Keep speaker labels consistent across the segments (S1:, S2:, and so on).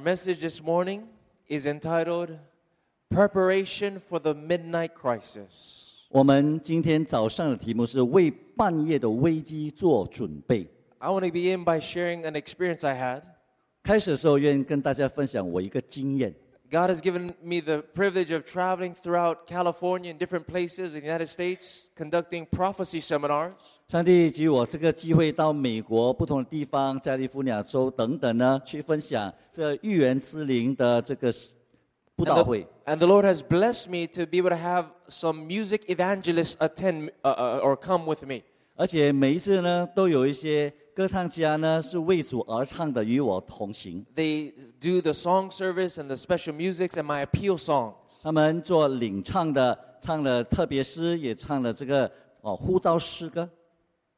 S1: message this morning is entitled Preparation for the Midnight Crisis.
S2: 我们今天早上的题目是为半夜的危机做准备。
S1: I want to begin by sharing an experience I had.
S2: 开始的时候，愿意跟大家分享我一个经验。
S1: God has given me the privilege of traveling throughout California and different places in the United States conducting prophecy seminars.
S2: 上帝给予我这个机会到美国不同的地方，加利福尼亚州等等呢，去分享这预言之灵的这个布
S1: And
S2: 道
S1: the,
S2: 会。
S1: and the Lord has blessed me to be able to have some music evangelists attend uh, uh, or come with me.
S2: 而且每一次呢，都有一些歌唱家呢是为主而唱的，与我同行。
S1: They do the song service and the special musics and my appeal songs.
S2: 他们做领唱的，唱了特别诗，也唱了这个哦呼召诗歌。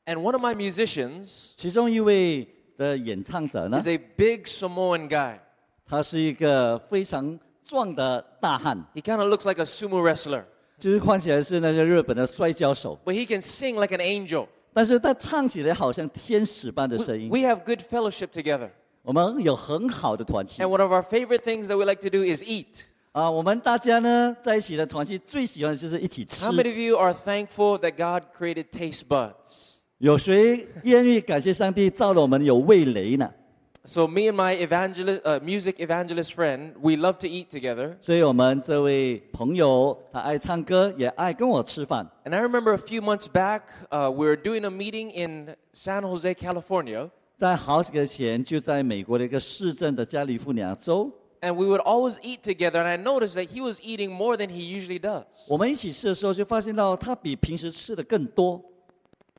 S1: And one of my musicians
S2: 其中一位的演唱者呢
S1: is，a big Samoan guy.
S2: 他是一个非常壮的大汉，
S1: He kind of looks like a sumo wrestler,
S2: 就是看起来是那些日本的摔跤手，
S1: but he can sing like an angel.
S2: 但是他唱起来好像天使般的声
S1: We,
S2: 音。
S1: we have good fellowship together.
S2: 我们有很好的团契
S1: And one of our favorite things that we like to do is eat.
S2: 啊，我们大家呢在一起的团契最喜欢的就是一起吃
S1: How。many of you are thankful that God created taste buds?
S2: 有谁愿意感谢上帝造了我们有味蕾呢？
S1: So me and my evangelist, uh, music evangelist friend, we love to eat together.
S2: 所以我们这位朋友他爱唱歌，也爱跟我吃饭。
S1: And I remember a few months back, uh, we were doing a meeting in San Jose, California,
S2: 在好几个月前，就在美国的一个市镇的加利福尼亚州，
S1: and we would always eat together. And I noticed that he was eating more than he usually does.
S2: 我们一起吃的时候，就发现到他比平时吃的更多。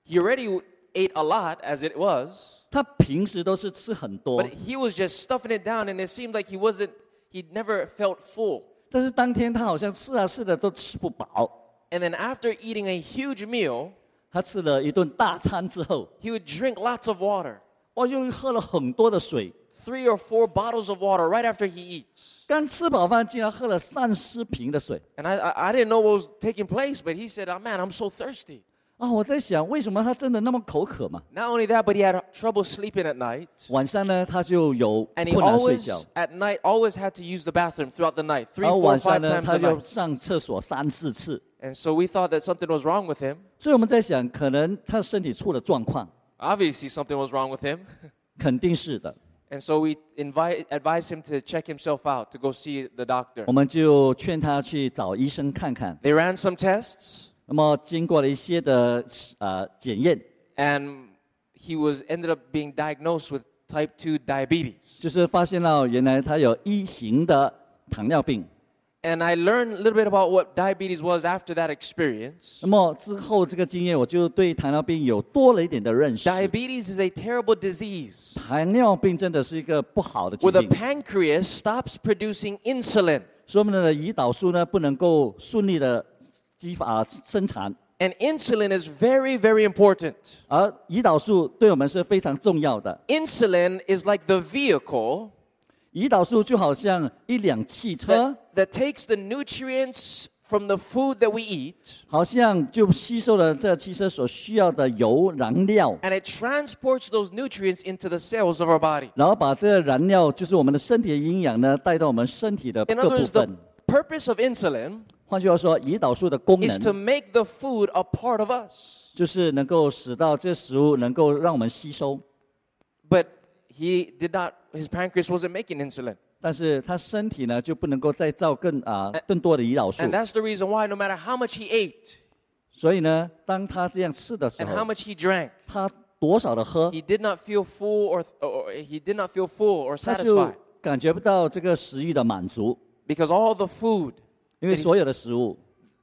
S1: He already ate a lot as it was,
S2: 他平时都是吃很多
S1: but，he was just stuffing it down, and it seemed like he wasn't. He never felt full.
S2: 但是当天他好像吃啊吃的都吃不饱。
S1: And then after eating a huge meal,
S2: 他吃了一顿大餐之后，
S1: he would drink lots of water,
S2: 哇，又喝了很多的水。
S1: three or four bottles of water right after he eats.
S2: 刚吃饱饭，竟然喝了三四瓶的水
S1: And I, I, I didn't know what was taking place, but he said, oh, "Man, I'm so thirsty."
S2: 啊！我在想，为什么他真的那么口渴嘛？
S1: Not only that, but he had trouble sleeping at night,
S2: 晚上呢，他就有
S1: and he
S2: 困难睡觉
S1: always，at night always had to use the bathroom throughout the night, three,
S2: 然后
S1: four,
S2: 晚上
S1: five
S2: 呢，
S1: times
S2: 他
S1: a
S2: 就
S1: night.
S2: 上厕所三四次。
S1: And so we thought that something was wrong with him.
S2: 所以我们在想，可能他身体出了状况，
S1: Obviously, something was wrong with him.
S2: 肯定是的。
S1: And so we invite, advised him to check himself out, to go see the doctor.
S2: 我们就劝他去找医生看看。
S1: They ran some tests,
S2: 那么经过了一些的呃检验，
S1: and he was ended up being diagnosed with type 2 diabetes.
S2: 就是发现到原来他有一型的糖尿病。
S1: And I learned a little bit about what diabetes was after that experience.
S2: 那么之后这个经验，我就对糖尿病有多了一点的认识。
S1: Diabetes is a terrible disease
S2: 糖尿病真的是一个不好的疾
S1: where the
S2: 病，
S1: pancreas stops producing insulin,
S2: 所以我们的胰岛素呢不能够顺利的激发呃生产，
S1: and insulin is very, very important.
S2: 而胰岛素对我们是非常重要的。
S1: Insulin is like the vehicle
S2: 胰岛素就好像一辆汽车，
S1: that, that takes the nutrients from the food that we eat
S2: 好像就吸收了这汽车所需要的油燃料，
S1: and it transports those nutrients into the cells of our body.
S2: 然后把这个燃料，就是我们的身体的营养呢，带到我们身体的
S1: In
S2: 各
S1: other
S2: 部
S1: words, the
S2: 分。
S1: purpose of insulin
S2: 换句话说，胰岛素的功
S1: is to
S2: 能
S1: make the food a part of us.
S2: 就是能够使到这食物能够让我们吸收，
S1: But he did not, his pancreas wasn't making insulin.
S2: 但是他身体呢就不能够再造更啊、更多的胰岛素。
S1: And that's the reason why, no matter how much he ate
S2: 所以呢，当他这样吃的时
S1: and how
S2: 候，
S1: much he drank,
S2: 他多少的喝，
S1: he did not feel full or, or he did not feel full or
S2: 他就
S1: satisfied
S2: 感觉不到这个食欲的满足，
S1: because all the food,
S2: 因为所有的食物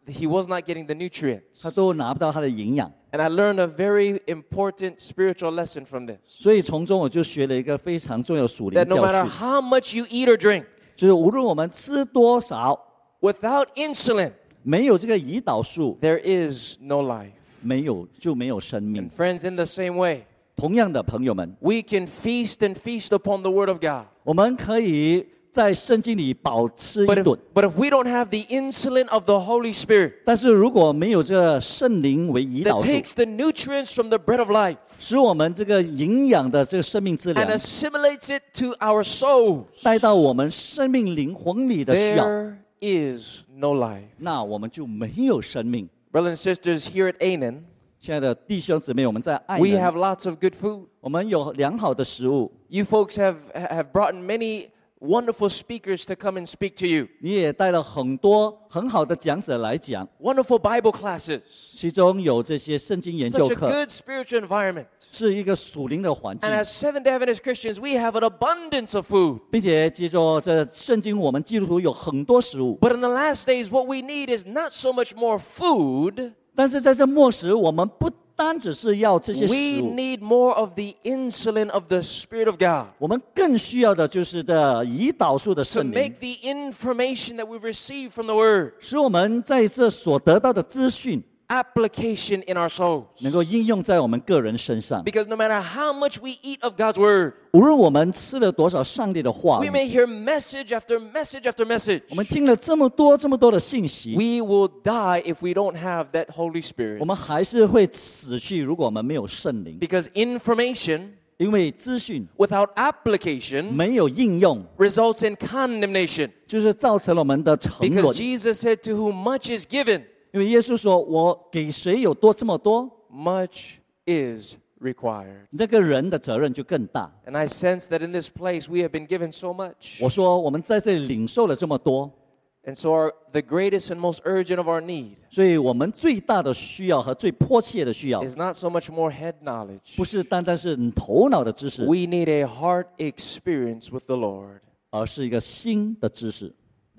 S1: he was not getting the nutrients.
S2: 他都拿不到它的营养。
S1: And I learned a very important spiritual lesson from this
S2: 所以从中我就学了一个非常重要的属灵
S1: that no
S2: 教
S1: matter
S2: 训，
S1: how much you eat or drink,
S2: 就是无论我们吃多少，
S1: without insulin,
S2: 没有这个胰岛素，
S1: there is no life.
S2: 没有就没有生命
S1: And。friends, in the same way,
S2: 同样的，朋友们，
S1: we can feast and feast upon the Word of God.
S2: 我们可以在圣经里饱吃一
S1: But if,。
S2: 顿
S1: but if we don't have the insulin of the Holy Spirit
S2: 但是如果没有这个圣灵为胰
S1: that
S2: 岛素，
S1: takes the nutrients from the bread of life
S2: 使我们这个营养的这个生命之粮
S1: and assimilates it to our souls,
S2: 带到我们生命灵魂里的需要，
S1: there is no life.
S2: 那我们就没有生命。
S1: Brothers and sisters, here at Anan,
S2: 亲爱的弟兄姊妹，我们在爱
S1: we
S2: 人
S1: have lots of good food.
S2: 我们有良好的食物，
S1: You folks have, have brought in many wonderful speakers to come and speak to you,
S2: 你也带了很多很好的讲者来讲，
S1: wonderful Bible classes,
S2: 其中有这些圣经研究
S1: such a
S2: 课，
S1: good spiritual environment.
S2: 是一个属灵的环境
S1: And，as Seventh day Adventist Christians, we have an abundance of food.
S2: 哎并且记住这圣经我们基督徒有很多食物，
S1: But in the last days, what we need is not so much more food,
S2: 但是在这末时，我们不单只是要这些
S1: we
S2: 食物，
S1: need more of the insulin of the Spirit of God
S2: 我们更需要的就是的胰岛素的
S1: to
S2: 圣灵
S1: make，the information that we've received from the Word
S2: 使我们在这所得到的资讯
S1: application in our souls.
S2: 能够应用在我们个人身上。
S1: Because no matter how much we eat of God's Word,
S2: 无论我们吃了多少上帝的话
S1: we
S2: 语，
S1: may hear message after message after message.
S2: 我们听了这么多这么多的信息，
S1: We will die if we don't have that Holy
S2: 我
S1: Spirit.
S2: 们还是会死去。如果我们没有圣灵，
S1: Because information
S2: 因为资讯
S1: without application
S2: 没有应用，
S1: results in condemnation.
S2: 就是造成了我们的沉
S1: Because
S2: 沦。
S1: Jesus said, To whom much is given,
S2: 因为耶稣说：“我给谁有多这么多，
S1: much is required.
S2: 那个人的责任就更大。
S1: And I sense that in this place we have been given so ” much.
S2: 我说：“我们在这里领受了这么多，
S1: And so, our, the greatest and most urgent of our need
S2: 所以我们最大的需要和最迫切的需要，
S1: is not so much more head knowledge.
S2: 不是单单是头脑的知识，
S1: We need a heart experience with the Lord.
S2: 而是一个心的知识。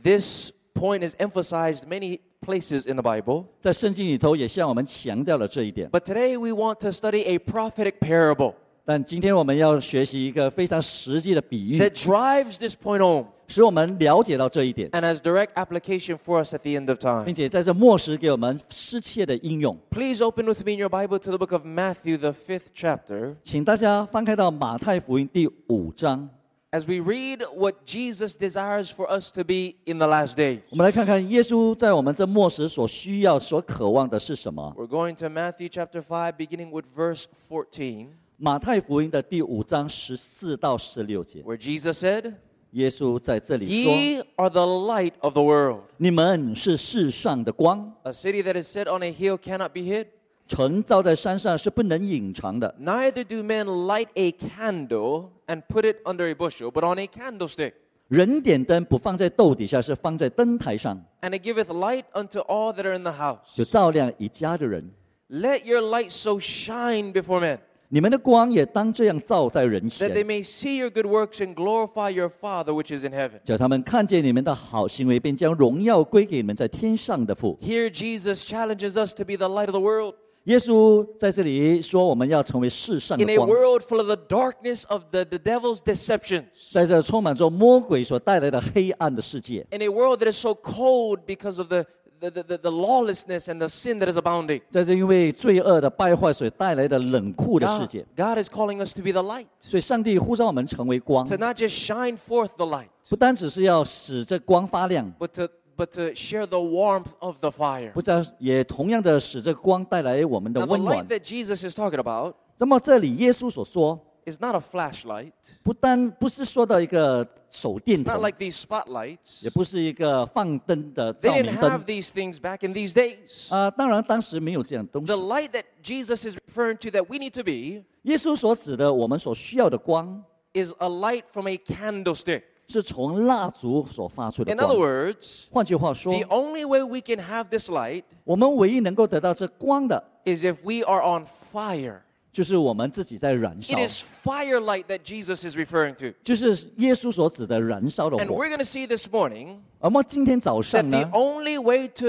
S1: This point is emphasized many places in the Bible.
S2: 在圣经里头也向我们强调了这一点。
S1: But today we want to study a prophetic parable
S2: 但今天我们要学习一个非常实际的比喻，
S1: that drives this point home
S2: 使我们了解到这一点，
S1: and has direct application for us at the end of time.
S2: 并且在这末时给我们深切的应用。
S1: Please open with me in your Bible to the book of Matthew, the fifth chapter,
S2: 请大家翻开到马太福音第五章，
S1: as we read what Jesus desires for us to be in the last days.
S2: 我们来看看耶稣在我们这末时所需要、所渴望的是什么。
S1: We're going to Matthew chapter 5, beginning with verse 14,
S2: 马太福音的第五章十四到十六节，
S1: where Jesus said,
S2: 耶稣在这里说
S1: Ye are the light of the world.：“
S2: 你们是世上的光，
S1: A city that is set on a hill cannot be hid.
S2: 城造在山上是不能隐藏的。”
S1: Neither do men light a candle and put it under a bushel, but on a candlestick.
S2: 人点灯不放在斗底下，是放在灯台上，
S1: And it giveth light unto all that are in the
S2: 就
S1: house.
S2: 照亮一家的人。
S1: Let your light so shine before men,
S2: 你们的光也当这样照在人
S1: that they
S2: 前，
S1: may see your good works and glorify your Father which is in heaven.
S2: 叫他们看见你们的好行为，便将荣耀归给你们在天上的父。
S1: Here, Jesus challenges us to be the light of the world
S2: 耶稣在这里说，我们要成为世上的
S1: in a
S2: 光，
S1: world full of the darkness of the, the devil's deceptions,
S2: 在这充满着魔鬼所带来的黑暗的世界，
S1: in a world that is so cold because of the, the, the, the- the lawlessness and the sin that is abounding.
S2: 在这因为罪恶的败坏所带来的冷酷的世
S1: God,
S2: 界。
S1: God is calling us to be the light.
S2: 所以，上帝呼召我们成为光，
S1: to not just shine forth the light,
S2: 不单只是要使这光发亮，
S1: but to but to share the warmth of the fire.
S2: 不单也同样的使这光带来我们的
S1: Now, the
S2: 温暖
S1: light。that Jesus is talking about
S2: 那么这里耶稣所说，
S1: is not a flashlight.
S2: 不单不是说到一个手电
S1: It's
S2: 筒
S1: not，like these spotlights.
S2: 也不是一个放灯的
S1: They
S2: 照明
S1: didn't
S2: 灯
S1: have these things back in these days.
S2: 啊、当然当时没有这样的东西
S1: The。light that Jesus is referring to that we need to be
S2: 耶稣所指的我们所需要的光，
S1: is a light from a candlestick.
S2: 是从蜡烛所发出的
S1: In other
S2: 光。
S1: words,
S2: 换句话说，
S1: the only way we can have this light
S2: 我们唯一能够得到这光的，
S1: is if we are on fire.
S2: 就是我们自己在燃烧
S1: It，is fire light that Jesus is referring to.
S2: 就是耶稣所指的燃烧的
S1: And
S2: 火
S1: we're。going to see this morning
S2: 而么今天早
S1: that
S2: 上
S1: the
S2: 呢，
S1: only way to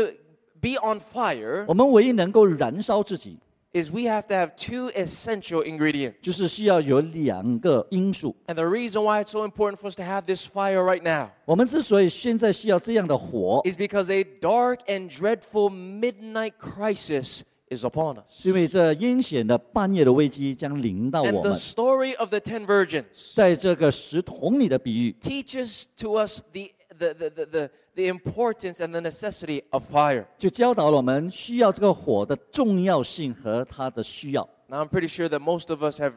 S1: be on fire
S2: 我们唯一能够燃烧自己，
S1: is we have to have two essential ingredients.
S2: 就是需要有两个因素。
S1: And the reason why it's so important for us to have this fire right now
S2: 我们之所以现在需要这样的火，
S1: is because a dark and dreadful midnight crisis is upon us.
S2: 是因为这阴险的半夜的危机将临到
S1: And
S2: 我
S1: the
S2: 们。
S1: story of the ten virgins
S2: 在这个十童里的比喻，
S1: teaches to us the, the, the, the, the, the importance and the necessity of fire.
S2: 就教导了我们需要这个火的重要性和它的需要。
S1: Now, I'm pretty sure that most of us have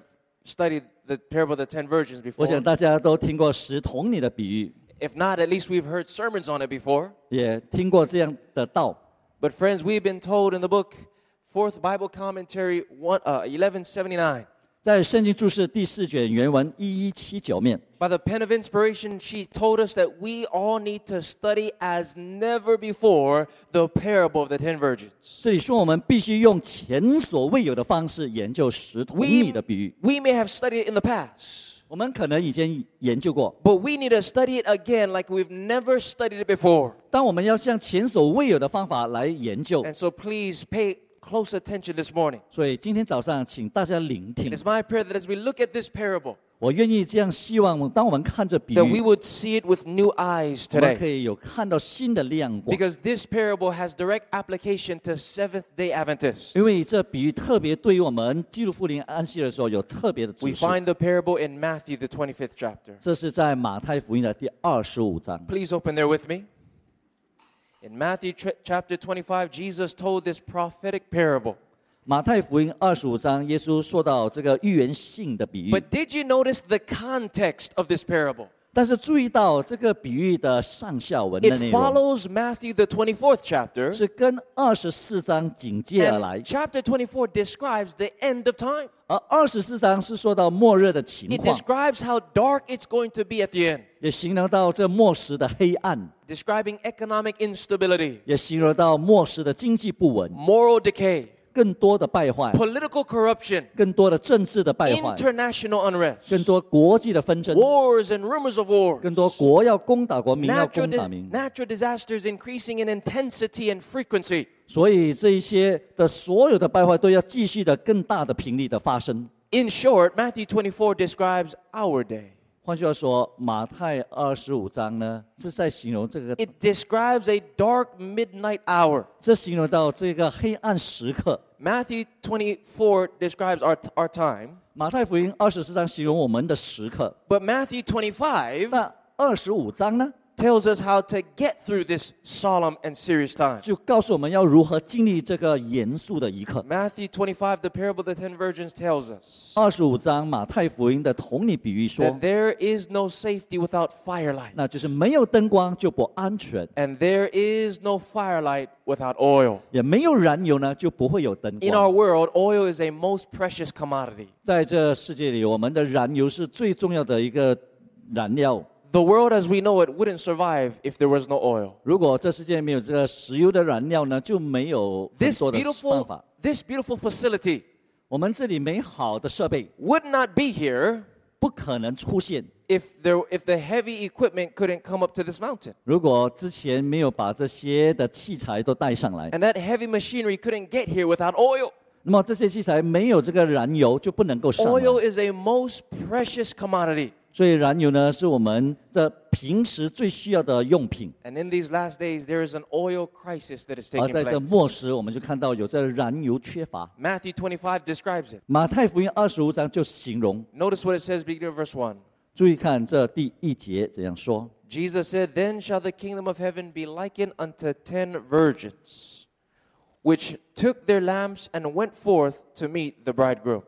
S1: studied the parable of the ten virgins before.
S2: 我想大家都听过十童里的比喻，
S1: If not, at least we've heard sermons on it before.
S2: 也听过这样的道。
S1: But, friends, we've been told in the book, Fourth Bible Commentary 1, uh, 1179,
S2: 在圣经注释第四卷原文一一七九面，
S1: by the pen of inspiration, she told us that we all need to study as never before the parable of the ten virgins.
S2: 这里说我们必须用前所未有的方式研究十童里
S1: We,
S2: 的比喻。
S1: we may have studied it in the past,
S2: 我们可能已经研究过，
S1: but we need to study it again like we've never studied it before.
S2: 但我们要向前所未有的方法来研究。
S1: And so please pay close attention this morning.
S2: 所以今天早上，请大家聆听
S1: It。is my prayer that as we look at this parable,
S2: 我愿意这样，希望当我们看着比
S1: that we
S2: 喻，
S1: would see it with new eyes
S2: 我们可
S1: today.
S2: 以有看到新的亮光。
S1: Because this parable has direct application to Seventh day Adventists.
S2: 因为这比喻特别对于我们基督复临安息的时候有特别的
S1: We
S2: 指示。
S1: find the parable in Matthew, the 25th chapter.
S2: 这是在马太福音的第二十五章。
S1: Please open there with me. In Matthew ch- chapter 25, Jesus told this prophetic parable.
S2: 马太福音二十五章，耶稣说到这个预言性的比喻，
S1: But did you notice the context of this parable?
S2: 但是注意到这个比喻的上下文的
S1: It
S2: 内容
S1: follows Matthew, the 24th chapter.
S2: 是跟二十四章紧接而
S1: And
S2: 来，
S1: chapter 24 describes the end of time.
S2: 而二十四章是说到末日的情
S1: It
S2: 况，
S1: describes how dark it's going to be at the end,
S2: 也形容到这末时的黑暗，
S1: describing economic instability,
S2: 也形容到末时的经济不稳，
S1: moral decay,
S2: 更多的败坏，
S1: political corruption,
S2: 更多的政治的败坏，
S1: international unrest,
S2: 更多国际的纷争，
S1: wars and rumors of wars.
S2: 更多国要攻打国，民要
S1: Natural,
S2: 攻
S1: dis-
S2: 打民，
S1: natural disasters increasing in intensity and frequency.
S2: 所以这一些的所有的败坏都要继续的更大的频率的发生。
S1: In short, Matthew 24 describes our day.
S2: 换句话说，马太二十五章呢，是在形容这个，
S1: It describes a dark midnight hour.
S2: 这形容到这个黑暗时刻。
S1: Matthew 24 describes our, t- our time,
S2: 马太福音二十四章形容我们的时刻，
S1: but Matthew 25
S2: 那二十五章呢，
S1: tells us how to get through this solemn and serious time.
S2: 就告诉我们要如何经历这个严肃的一刻。
S1: Matthew 25, the parable of the ten virgins, tells us
S2: 二十五章马太福音的同理比喻说
S1: that，there is no safety without firelight,
S2: 那就是没有灯光就不安全，
S1: and there is no firelight without oil.
S2: 也没有燃油呢就不会有灯
S1: In our
S2: 光。
S1: world, oil is a most precious commodity.
S2: 在这世界里，我们的燃油是最重要的一个燃料。
S1: The world as we know it wouldn't survive if there was no oil.
S2: 如果这世界没有这个石油的燃料呢，就没有很
S1: This
S2: 多的办
S1: beautiful,
S2: 法。
S1: this beautiful facility
S2: 我们这里美好的设备
S1: would not be here
S2: 不可能出现，
S1: if, there, if the heavy equipment couldn't come up to this mountain
S2: 如果之前没有把这些的器材都带上来，
S1: and that heavy machinery couldn't get here without oil.
S2: 那么这些器材没有这个燃油就不能够上来。
S1: Oil is a most precious commodity.
S2: 所以燃油呢，是我们的平时最需要的用品。
S1: And in these last days, there is an oil crisis that is
S2: 而
S1: taking
S2: 在这末
S1: place.
S2: 时，我们就看到有这燃油缺乏。
S1: Matthew 25 describes it.
S2: 马太福音二十五章就形容，
S1: Notice what it says beginning of verse 1.
S2: 注意看这第一节怎样说。
S1: Jesus said, Then shall the kingdom of heaven be likened unto ten virgins, which took their lamps and went forth to meet the bridegroom.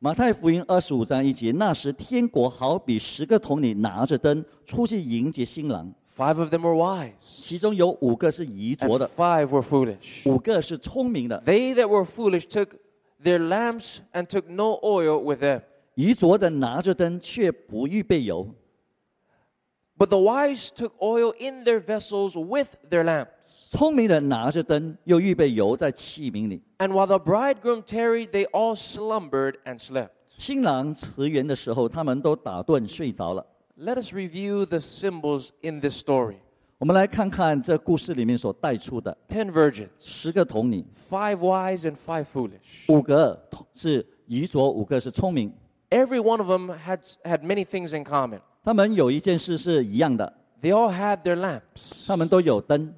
S2: 马太福音二十五章一节，那时天国好比十个童女拿着灯出去迎接新郎，
S1: Five of them were wise,
S2: 其中有五个是愚拙
S1: and
S2: 的，
S1: five were foolish.
S2: 五个是聪明的。
S1: They that were foolish took their lamps and took no oil with them.
S2: 愚拙的拿着灯却不预备油，
S1: But the wise took oil in their vessels with their lamps.
S2: 聪明的拿着灯又预备油在器皿里。
S1: And while the bridegroom tarried, they all slumbered and slept.
S2: 新郎辞园的时候，他们都打盹睡着了。
S1: Let us review the symbols in this story
S2: 我们来看看这故事里面所带出的
S1: ten virgins,
S2: 十个童女，
S1: five wise and five foolish.
S2: 五个是愚拙，五个是聪明。
S1: Every one of them had, had many things in common.
S2: 他们有一件事是一样的，
S1: They all had their lamps.
S2: 他们都有灯，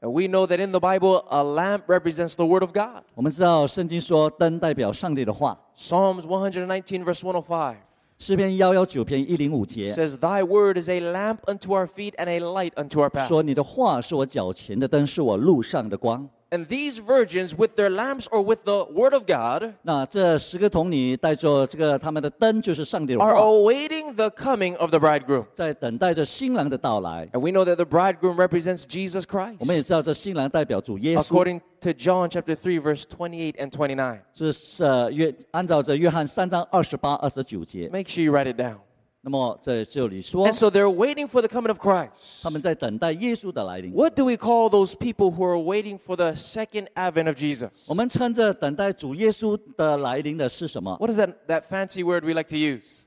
S1: And we know that in the Bible, a lamp represents the Word of God.
S2: 我们知道圣经说灯代表上帝的话，
S1: Psalms 119, verse 105
S2: 诗篇幺幺九篇一零五节
S1: says, Thy Word is a lamp unto our feet and a light unto our path.
S2: 说：“你的话是我脚前的灯，是我路上的光。
S1: And these virgins, with their lamps or with the Word of God, ”
S2: 那这十个童女带着这个他们的灯，就是上帝的
S1: are
S2: 话，
S1: awaiting the coming of the bridegroom.
S2: 在等待着新郎的到来。
S1: And we know that the bridegroom represents Jesus Christ.
S2: 我们也知道，这新郎代表主耶稣，
S1: According to John chapter 3 verse 28 and 29.
S2: 这是呃约按照着约翰三章二十八、二十九节。
S1: Make sure you write it down.
S2: 那么在这里说
S1: And，so they're waiting for the coming of Christ.
S2: 他们在等待耶稣的来临。
S1: What do we call those people who are waiting for the second advent of Jesus?
S2: 我们趁着等待主耶稣的来临的是什么？
S1: What is that, that fancy word we like to use?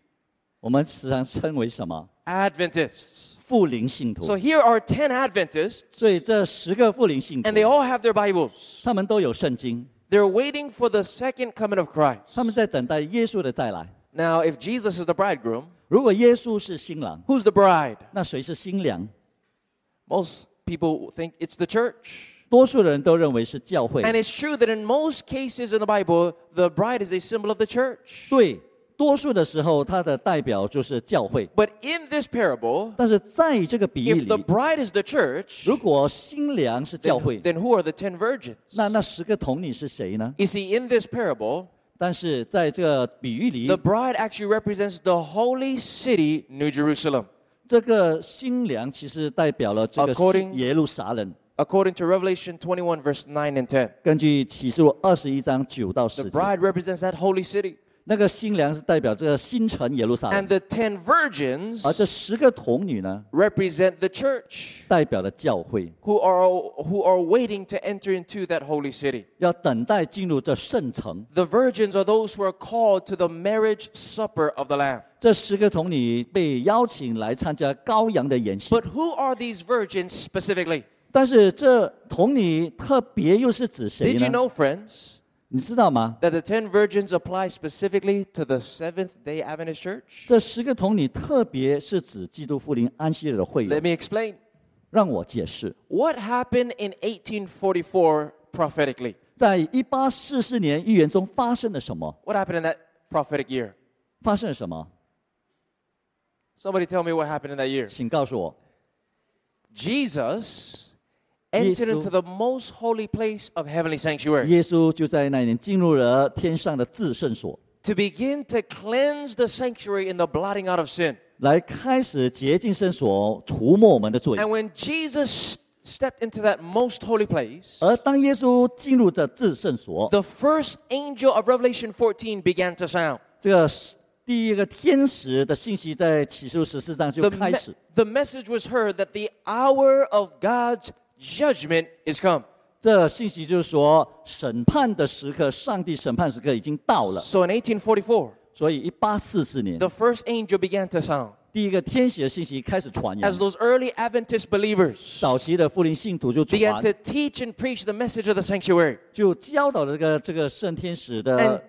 S2: 我们时常称为什么？
S1: Adventists.
S2: 富灵信徒
S1: So。here are 10 Adventists,
S2: 所以这十个富灵信徒
S1: and，they all have their Bibles.
S2: 他们都有圣经，
S1: They're waiting for the second coming of Christ.
S2: 他们在等待耶稣的再来。
S1: Now, if Jesus is the bridegroom,
S2: 如果耶稣是新郎，
S1: who's the bride?
S2: 那谁是新娘？
S1: Most people think it's the church.
S2: 多数人都认为是教会。
S1: And it's true that in most cases in the Bible, the bride is a symbol of the church.
S2: 对，多数的时候，它的代表就是教会。
S1: But in this parable,
S2: 但是在这个比喻
S1: if the
S2: 里，
S1: bride is the church,
S2: 如果新娘是教
S1: then,
S2: 会，
S1: then who are the ten virgins?
S2: 那那十个童女是谁呢？
S1: You see, in this parable,
S2: 但是在这个比喻里
S1: the，bride actually represents the holy city, New Jerusalem.
S2: 这个新娘其实代表了这个
S1: According-
S2: 新耶路撒冷。
S1: According to Revelation 21, verse 9 and 10,
S2: 根据启示录二十一章九到
S1: the
S2: 十节，
S1: bride represents that holy city.
S2: 那个新娘是代表这个新城耶路撒冷
S1: And，the ten virgins
S2: 而这十个童女呢，
S1: represent the church,
S2: 代表了教会，
S1: who are, who are waiting to enter into that holy city.
S2: 要等待进入这圣城。
S1: The virgins are those who are called to the marriage supper of the Lamb.
S2: 这十个童女被邀请来参加羔羊的筵席，
S1: But who are these virgins specifically?
S2: 但是这童女特别又是指谁
S1: Did you
S2: 呢？
S1: know, friends,
S2: 你知道吗？
S1: that the 10 virgins apply specifically to the Seventh day Adventist Church?
S2: 这十个童女特别是指基督复临安息日的会友
S1: Let。me explain.
S2: 让我解释，
S1: What happened in 1844 prophetically?
S2: 在一八四四年预言中发生了什么？
S1: What happened in that prophetic year?
S2: 发生了什么？
S1: Somebody tell me what happened in that year.
S2: 请告诉我。
S1: Jesus entered
S2: Yesu-
S1: into the most holy place of heavenly sanctuary
S2: 耶稣就在那一年进入了天上的至圣所，
S1: to begin to cleanse the sanctuary in the blotting out of sin.
S2: 来开始洁净圣所，除抹我们的罪。
S1: And when Jesus stepped into that most holy place,
S2: 而当耶稣进入这至圣所，
S1: the first angel of Revelation 14 began to sound.
S2: 这个是第一个天使的信息在启示录十四章就
S1: The, me-
S2: 开始，
S1: the message was heard that the hour of God's judgment is come.
S2: 这信息就是说审判的时刻，上帝审判时刻已经到了。
S1: So in 1844,
S2: 所以一八四四年，
S1: the first angel began to sound.
S2: 第一个天使的信息开始传扬
S1: As，those early Adventist believers
S2: 早期的富林信徒就
S1: began
S2: 传，
S1: to teach and preach the message of the sanctuary
S2: 就教导了这个这个圣天使
S1: and
S2: 的，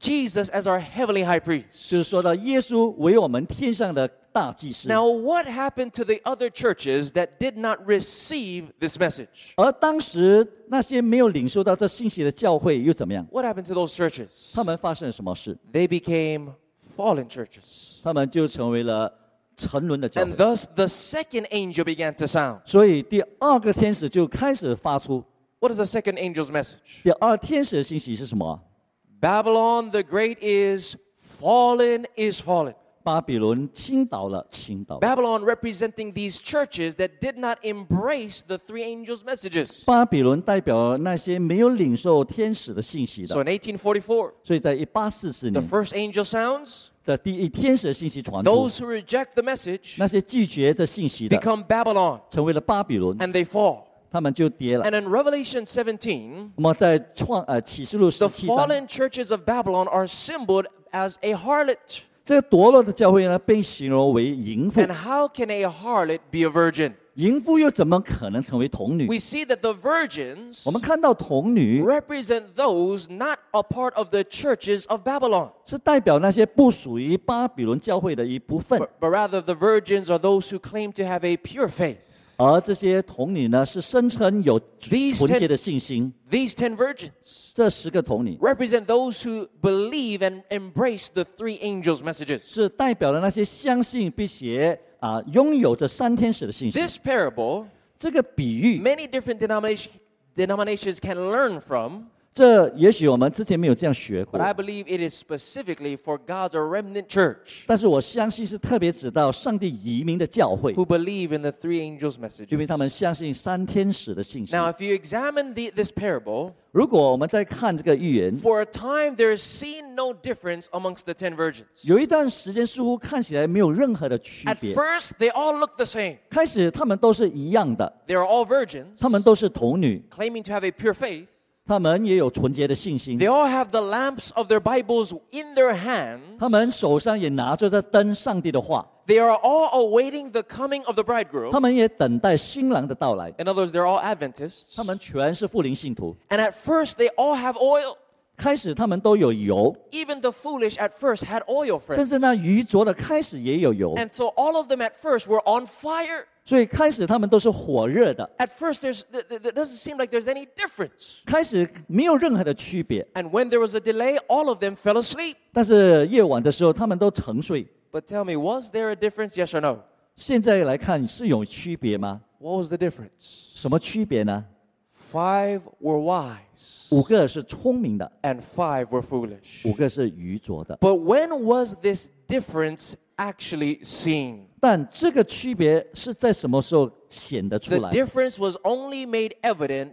S1: Jesus as our heavenly high priest.
S2: 就是说到耶稣为我们天上的大祭司。
S1: Now, what happened to the other churches that did not receive this message?
S2: 而当时那些没有领受到这信息的教会又怎么样？
S1: What happened to those churches?
S2: 他们发生了什么事？
S1: they became fallen churches.
S2: 他们就成为了沉沦的教
S1: And
S2: 会。
S1: thus the second angel began to sound.
S2: 所以第二个天使就开始发出
S1: What is the second angel's message?
S2: 第二天使的信息是什么？
S1: Babylon the Great is fallen, is fallen.
S2: 巴比伦倾倒了，倾倒了。
S1: Babylon representing these churches that did not embrace the three angels' messages.
S2: 巴比伦代表那些没有领受天使的信息
S1: So
S2: 的，
S1: in 1844,
S2: 所以在一八四四
S1: the
S2: 年
S1: first angel sounds.
S2: 的第一天使的信息传出，
S1: Those who reject the message
S2: 那些拒绝这信息的，
S1: become Babylon
S2: 成为了巴比伦，
S1: and they fall.
S2: 他们就跌了。
S1: And in Revelation 17,
S2: 那么在创呃启示录十
S1: the
S2: 七章，
S1: fallen churches of Babylon are symbolized as a harlot.
S2: 这个堕落的教会呢，被形容为淫妇
S1: And，how can a harlot be a virgin?
S2: 淫妇又怎么可能成为童女？
S1: We see that the virgins
S2: 我们看到童女
S1: represent those not a part of the churches of Babylon,
S2: 是代表那些不属于巴比伦教会的一部分，
S1: but, but rather the virgins are those who claim to have a pure faith.
S2: 而这些童女呢，是声称有
S1: These
S2: 纯
S1: ten,
S2: 洁的信心。
S1: these ten virgins
S2: 这十个童女
S1: represent those who believe and embrace the three angels' messages.
S2: 是代表了那些相信并且啊拥有着三天使的信心。
S1: This parable,
S2: 这个比喻，
S1: many different denomination, denominations can learn from,
S2: 这也许我们之前没有这样学过
S1: but，I believe it is specifically for God's remnant church
S2: 但是我相信是特别指到上帝移民的教会，
S1: who believe in the three angels'
S2: 因为
S1: messages.
S2: 他们相信三天使的信息。
S1: Now, if you examine the, this parable,
S2: 如果我们在看这个预言，
S1: for a time there is seen no difference amongst the ten virgins.
S2: 有一段时间似乎看起来没有任何的区
S1: At
S2: 别。
S1: first, they all look the same.
S2: 开始他们都是一样的，
S1: They are all virgins,
S2: 他们都是童女，
S1: claiming to have a pure faith.
S2: 他们也有纯洁的信心
S1: They，all have the lamps of their Bibles in their hand.
S2: 他们手上也拿着这灯上帝的话，
S1: They are all awaiting the coming of the bridegroom.
S2: 他们也等待新郎的到来，
S1: In other words, they're all Adventists.
S2: 他们全是富灵信徒。
S1: And at first, they all have oil.
S2: 开始他们都有油，
S1: Even the foolish at first had oil,
S2: 甚
S1: friends.
S2: 至那愚拙的开始也有油，
S1: And so all of them at first were on fire.
S2: 所以开始他们都是火热的，
S1: At first, there's, th- th- it doesn't seem like there's any difference.
S2: 开始没有任何的区别。
S1: And when there was a delay, all of them fell asleep.
S2: 但是夜晚的时候，他们都沉睡。
S1: But tell me, was there a difference? Yes or no?
S2: 现在来看是有区别吗？
S1: What was the difference?
S2: 什么区别呢？
S1: Five were wise
S2: 五个是聪明的，
S1: and five were foolish.
S2: 五个是愚拙的。
S1: But when was this difference actually seen?
S2: 但这个区别是在什么时候显得出
S1: The
S2: 来？
S1: difference was only made evident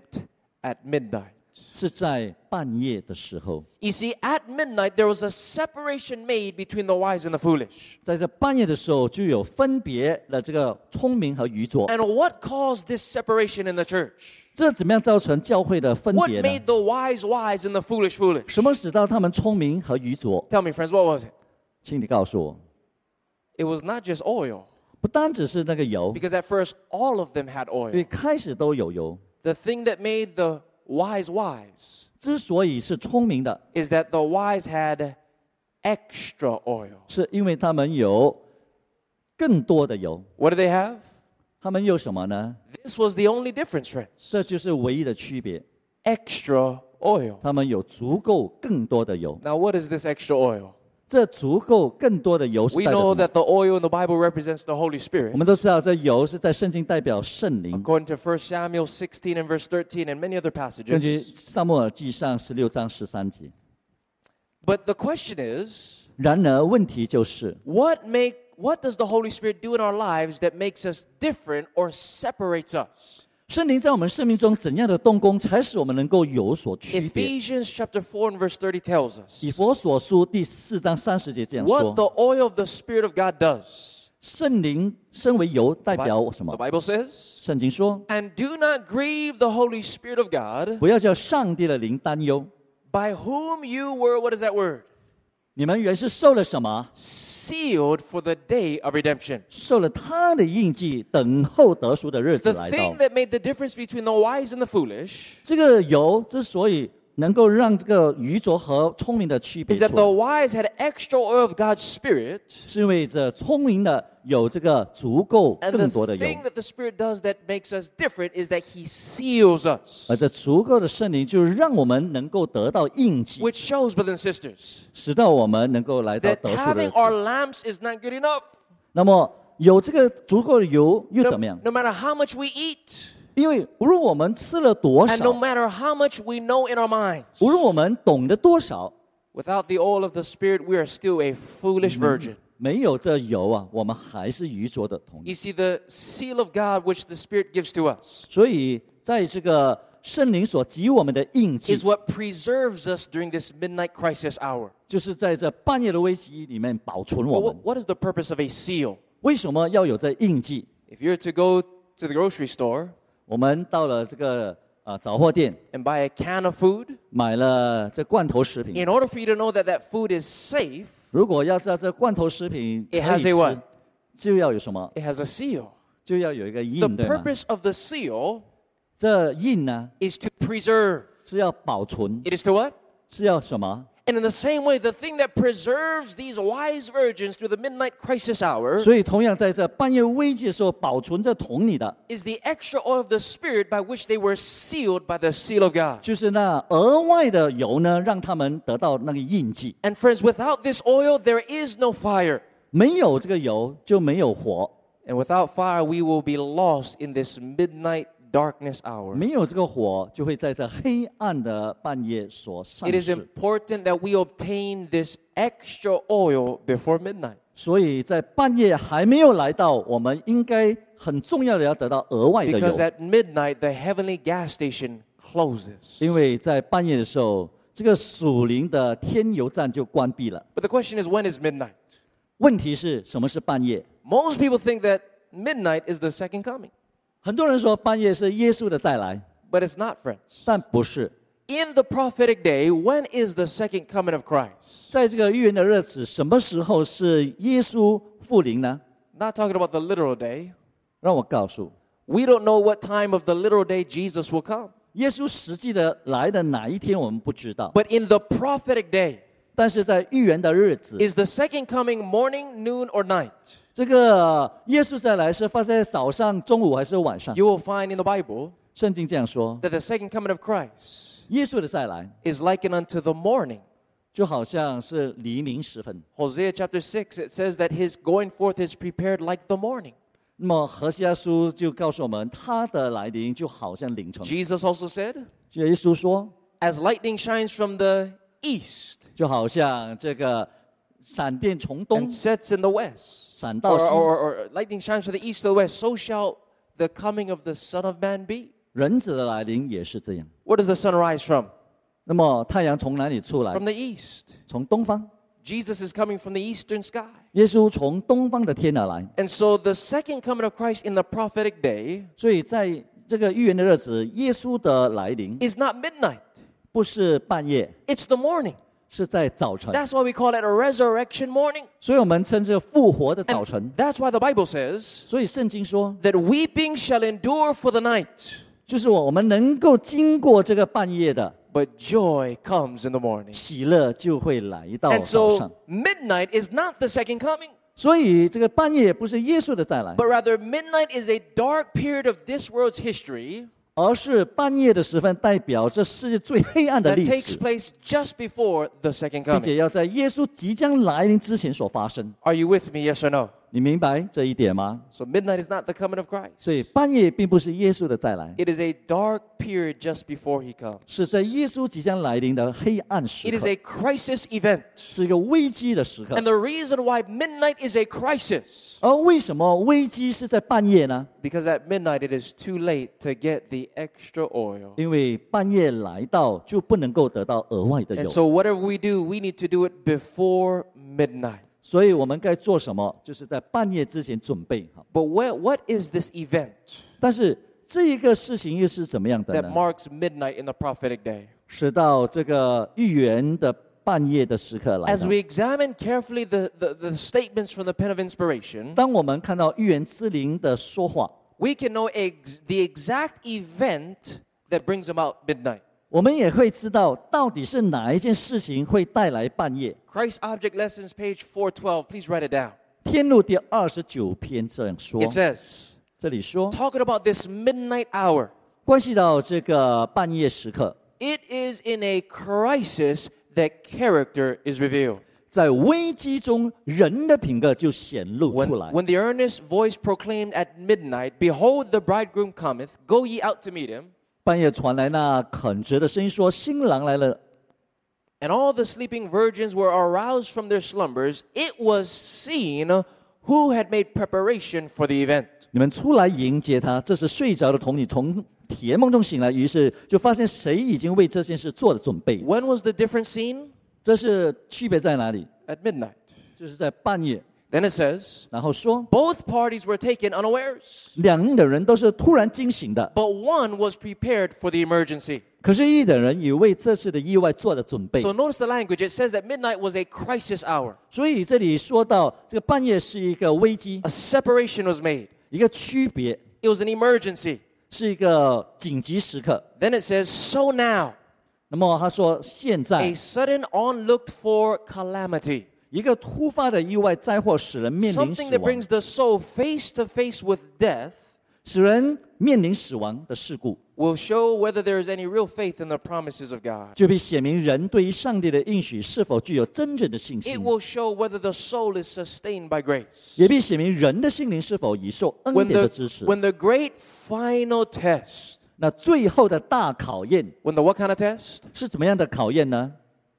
S1: at midnight.
S2: 是在半夜的时候，
S1: You see, at midnight, there was a separation made between the wise and the foolish.
S2: 在这半夜的时候就有分别了这个聪明和愚拙。
S1: And what caused this separation in the church?
S2: 这怎么样造成教会的分
S1: What
S2: 别呢
S1: made？the wise wise and the foolish foolish?
S2: 什么使到他们聪明和愚拙？
S1: Tell me, friends, what was it?
S2: 请你告诉我，
S1: It was not just oil,
S2: 不单只是那个油，
S1: because at first, all of them had
S2: 因为
S1: oil.
S2: 开始都有油。
S1: The thing that made the wise wise
S2: 之所以是聪明的，
S1: is that the wise had extra oil.
S2: 是因为他们有更多的油。
S1: What do they have?
S2: 他们有什么呢？
S1: This was the only difference, friends.
S2: 这就是唯一的区别。
S1: Extra oil.
S2: 他们有足够更多的油。
S1: Now, what is this extra oil?
S2: 这足够更多的油是
S1: We
S2: 代表什
S1: know
S2: 么
S1: that the oil in the Bible represents the Holy
S2: 我
S1: Spirit.
S2: 们都知道，这油是在圣经代表圣灵。
S1: According to 1 Samuel 16 and verse 13 and many other
S2: 根据
S1: passages.
S2: 萨母尔记上十六章十三节。
S1: But the question is,
S2: 然而，问题就是，
S1: what make what does the Holy Spirit do in our lives that makes us different or separates us?
S2: 圣灵在我们生命中怎样的动工，才使我们能够有所区别？
S1: Ephesians chapter 4 and verse 30 tells us
S2: 以佛所书第四章三十节这样
S1: what
S2: 说：
S1: the oil of the Spirit of God does.
S2: 圣灵身为油，代
S1: Bi-
S2: 表什
S1: The
S2: 么？
S1: Bible says,
S2: 圣经说，
S1: and do not grieve the Holy Spirit of God
S2: 不要叫上帝的灵担忧。
S1: by whom you were, what is that word?
S2: 你们原是受了什么？
S1: Sealed for the day of redemption.
S2: 受了他的印记，等候得赎的日子
S1: The
S2: 来到
S1: thing。that made the difference between the wise and the foolish
S2: 这个油之所以能够让这个愚拙和聪明的区别
S1: is
S2: 出
S1: that the
S2: 来，
S1: wise had extra oil of God's Spirit,
S2: 是因为这聪明的有这个足够
S1: and
S2: 更多的
S1: the
S2: 油
S1: thing，that the Spirit does that makes us different is that He seals us,
S2: 而这足够的圣灵就是让我们能够得到印记，
S1: which shows, brothers and sisters,
S2: 使到我们能够来到
S1: that
S2: 得赎的日
S1: having
S2: 子。
S1: our lamps is not good enough.
S2: 那么有这个足够的油又
S1: No,
S2: 怎么样？
S1: no matter how much we eat,
S2: 因为无论我们吃了多
S1: and no
S2: 少，
S1: matter how much we know in our minds,
S2: 无论我们懂得多少，
S1: without the oil of the Spirit, we are still a foolish virgin.
S2: 没有这油啊，我们还是愚拙的童女
S1: You。see, the seal of God which the Spirit gives to us
S2: 所以，在这个圣灵所给予我们的印记
S1: is，what preserves us during this midnight crisis hour.
S2: 就是在这半夜的危机里面保存
S1: Well,
S2: 我
S1: what,
S2: 们。
S1: what is the purpose of a seal?
S2: 为什么要有这印记？
S1: If you're to go to the grocery store
S2: 我们到了这个呃杂货店，
S1: and buy a can of food,
S2: 买了这罐头食品。
S1: in order for you to know that that food is safe,
S2: 如果要知道这罐头食品可
S1: It
S2: 以
S1: has a
S2: 吃
S1: what?，
S2: 就要有什么？
S1: it has a seal.
S2: 就要有一个印
S1: The，
S2: 对吗？
S1: purpose of the seal
S2: 这印呢
S1: is to preserve.
S2: 是要保存，
S1: It is to what?
S2: 是要什么？
S1: And in the same way, the thing that preserves these wise virgins through the midnight crisis hour
S2: 所以同样在这半夜危机的时候，保存着童女的，
S1: is the extra oil of the Spirit by which they were sealed by the seal of God.
S2: 就是那额外的油呢，让他们得到那个印记。
S1: And friends, without this oil, there is no fire.
S2: 没有这个油就没有火，
S1: And without fire, we will be lost in this midnight darkness hour.
S2: 没有这个火就会在这黑暗的半夜所丧
S1: It is
S2: 失。
S1: important that we obtain this extra oil before midnight.
S2: 所以在半夜还没有来到，我们应该很重要的要得到额外的油
S1: Because，at midnight, the heavenly gas station closes.
S2: 因为在半夜的时候，这个属灵的天油站就关闭了。
S1: But the question is, when is midnight?
S2: 问题是什么是半夜？
S1: Most people think that midnight is the second coming,
S2: 很多人说半夜是耶稣的再来，
S1: but it's not, friends.
S2: 但不是。
S1: In the prophetic day, when is the second coming of Christ?
S2: 在这个预言的日子，什么时候是耶稣复临呢？
S1: Not talking about the literal day.
S2: 让我告诉，
S1: We don't know what time of the literal day Jesus will come.
S2: 耶稣实际的来的哪一天我们不知道，
S1: But in the prophetic day,
S2: 但是在预言的日子，
S1: is the second coming morning, noon, or night?
S2: 这个耶稣再来是发生在早上、中午还是晚上？
S1: You will find in the Bible
S2: 圣经这样说，
S1: that the second coming of Christ
S2: 耶稣的再来
S1: is likened unto the morning.
S2: 就好像是黎明时分。
S1: Hosea chapter 6, it says that his going forth is prepared like the morning.
S2: 那么何西阿书就告诉我们，他的来临就好像凌晨。
S1: Jesus also said,
S2: 耶稣说，
S1: As lightning shines from the east
S2: 就好像这个闪电从东
S1: and sets in the west,
S2: 闪到
S1: or,
S2: 西，
S1: or, or- or lightning shines from the east to the west, so shall the coming of the Son of Man be.
S2: 人子的来临也是这样。
S1: Where does the sun rise from?
S2: 那么太阳从哪里出来
S1: From？the east.
S2: 从东方。
S1: Jesus is coming from the eastern sky.
S2: 耶稣从东方的天而来，
S1: And so the second coming of Christ in the prophetic day
S2: 所以在这个预言的日子，耶稣的来临
S1: is not midnight,
S2: 不是半夜，
S1: it's the morning.
S2: 是在早晨。
S1: That's why we call it a resurrection morning.
S2: 所以我们称之为复活的
S1: And
S2: 早晨。
S1: that's why the Bible says
S2: 所以圣经说，
S1: that weeping shall endure for the night,
S2: 就是我们能够经过这个半夜的
S1: but joy comes in the morning.
S2: 喜乐，就会来到
S1: And
S2: 早上
S1: so。midnight is not the second coming,
S2: 所以这个半夜不是耶稣的再来，
S1: but rather midnight is a dark period of this world's history
S2: 而是半夜的时分代表这世界最黑暗的
S1: that
S2: 历
S1: takes
S2: 史，
S1: place just before the second
S2: 并
S1: coming.
S2: 且要在耶稣即将来临之前所发生。
S1: Are you with me? Yes or no?
S2: 你明白这一点吗？
S1: So midnight is not the coming of Christ.
S2: 所以半夜并不是耶稣的再来，
S1: It is a dark period just before he comes.
S2: 是在耶稣即将来临的黑暗时
S1: It is a
S2: 刻，
S1: crisis event.
S2: 是一个危机的时刻
S1: And。the reason why midnight is a crisis
S2: 而为什么危机是在半夜呢？
S1: because at midnight it is too late to get the extra oil.
S2: 因为半夜来到就不能够得到额外的
S1: And
S2: 油，
S1: so whatever we do, we need to do it before midnight.
S2: 所以我们该做什么？就是在半夜之前准备好。
S1: But what, what is this event
S2: 但是这一个事情又是怎么样的
S1: that
S2: 呢？
S1: marks midnight in the prophetic day?
S2: 使到这个预言的半夜的时刻来
S1: As
S2: 到。
S1: we examine carefully the, the, the statements from the pen of inspiration,
S2: 当我们看到预言之灵的说话，
S1: we can know ex- the exact event that brings about midnight.
S2: 我们也会知道到底是哪一件事情会带来半夜。
S1: Christ Object Lessons, page 412. Please write it down.
S2: 天路第二十九篇这样说
S1: It，says,
S2: 这里说
S1: talking about this midnight hour,
S2: 关系到这个半夜时刻，
S1: it is in a crisis that character is revealed.
S2: 在危机中人的品格就显露
S1: When,
S2: 出来。
S1: when the earnest voice proclaimed at midnight, Behold, the bridegroom cometh, go ye out to meet him.
S2: 半夜传来那恳切的声音说：“新郎来了。
S1: And all the sleeping virgins were aroused from their slumbers. It was seen who had made preparation for the event. ”
S2: 你们出来迎接他。这是睡着的童女从甜梦中醒来，于是就发现谁已经为这件事做了准备。
S1: When was the difference seen?
S2: 这是区别在哪里？
S1: At midnight.
S2: 就是在半夜。
S1: Then it says,
S2: 然后说，
S1: Both parties were taken unawares.
S2: 两人的人都是突然惊醒的，
S1: But one was prepared for the emergency.
S2: 可是一等人也为这次的意外做了准备
S1: So。notice the language. It says that midnight was a crisis hour.
S2: 所以这里说到这个半夜是一个危机，
S1: A separation was made.
S2: 一个区别，
S1: It was an emergency.
S2: 是一个紧急时刻。
S1: Then it says, So now,
S2: 那么他说，现
S1: A
S2: 在
S1: sudden, unlooked for calamity.
S2: 一个突发的意外灾祸使人面临死
S1: Something that
S2: 亡，
S1: brings the soul face to face with death
S2: 使人面临死亡的事故，
S1: will show whether there is any real faith in the promises of God.
S2: 就必显明人对于上帝的应许是否具有真正的信心
S1: It，will show whether the soul is sustained by grace.
S2: 也必显明人的心灵是否已受恩
S1: When
S2: 典
S1: the,
S2: 的支持。
S1: when the great final test,
S2: 那最后的大考验
S1: when the what kind of test?
S2: 是怎么样的考验呢？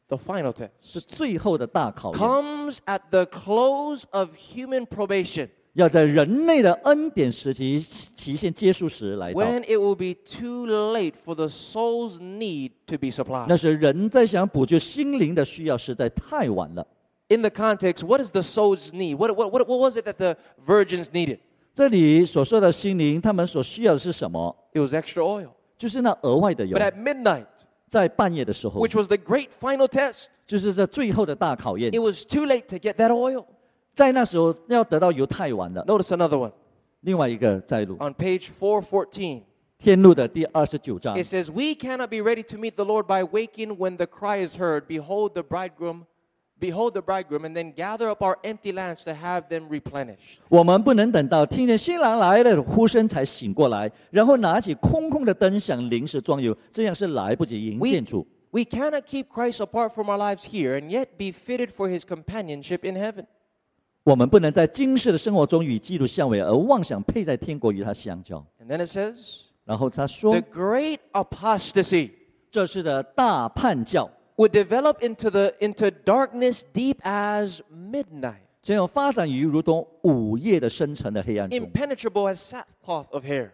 S1: The final
S2: 是
S1: test
S2: 最后的大考验，
S1: comes at the close of human probation
S2: 要在人类的恩典时期期限结束时来到。
S1: when it will be too late for the soul's need to be supplied.
S2: 那时人在想补救心灵的需要实在太晚了。
S1: in the context, what is the soul's need? What, what, what, what was it that the virgins needed?
S2: 这里所说的心灵，他们所需要的是什么？
S1: It was extra oil.
S2: 就是那额外的油
S1: But，at midnight,
S2: 在半夜的时候，
S1: which was the great final test,
S2: 就是这最后的大考验
S1: it，was too late to get that oil.
S2: 在那时候要得到油太晚了。
S1: Notice another one.
S2: 另外一个摘录，《
S1: On page 414,
S2: 天路》的第二十九章
S1: it，says, We cannot be ready to meet the Lord by waking when the cry is heard, Behold the bridegroom, behold the bridegroom, and then gather up our empty lamps to have them replenished.
S2: 我们不能等到听见新郎来了的呼声才醒过来，然后拿起空空的灯想临时装油，这样是来不及迎接
S1: We,
S2: 主。
S1: we cannot keep Christ apart from our lives here and yet be fitted for his companionship in heaven.
S2: 我们不能在今世的生活中与基督相违，而妄想配在天国与他相交。
S1: And then it says,
S2: 然后他说
S1: The，great apostasy
S2: 这是的大叛教，
S1: would develop into the into darkness deep as midnight,
S2: 这样发展于如同午夜的深沉的黑暗中，
S1: impenetrable as sackcloth of hair.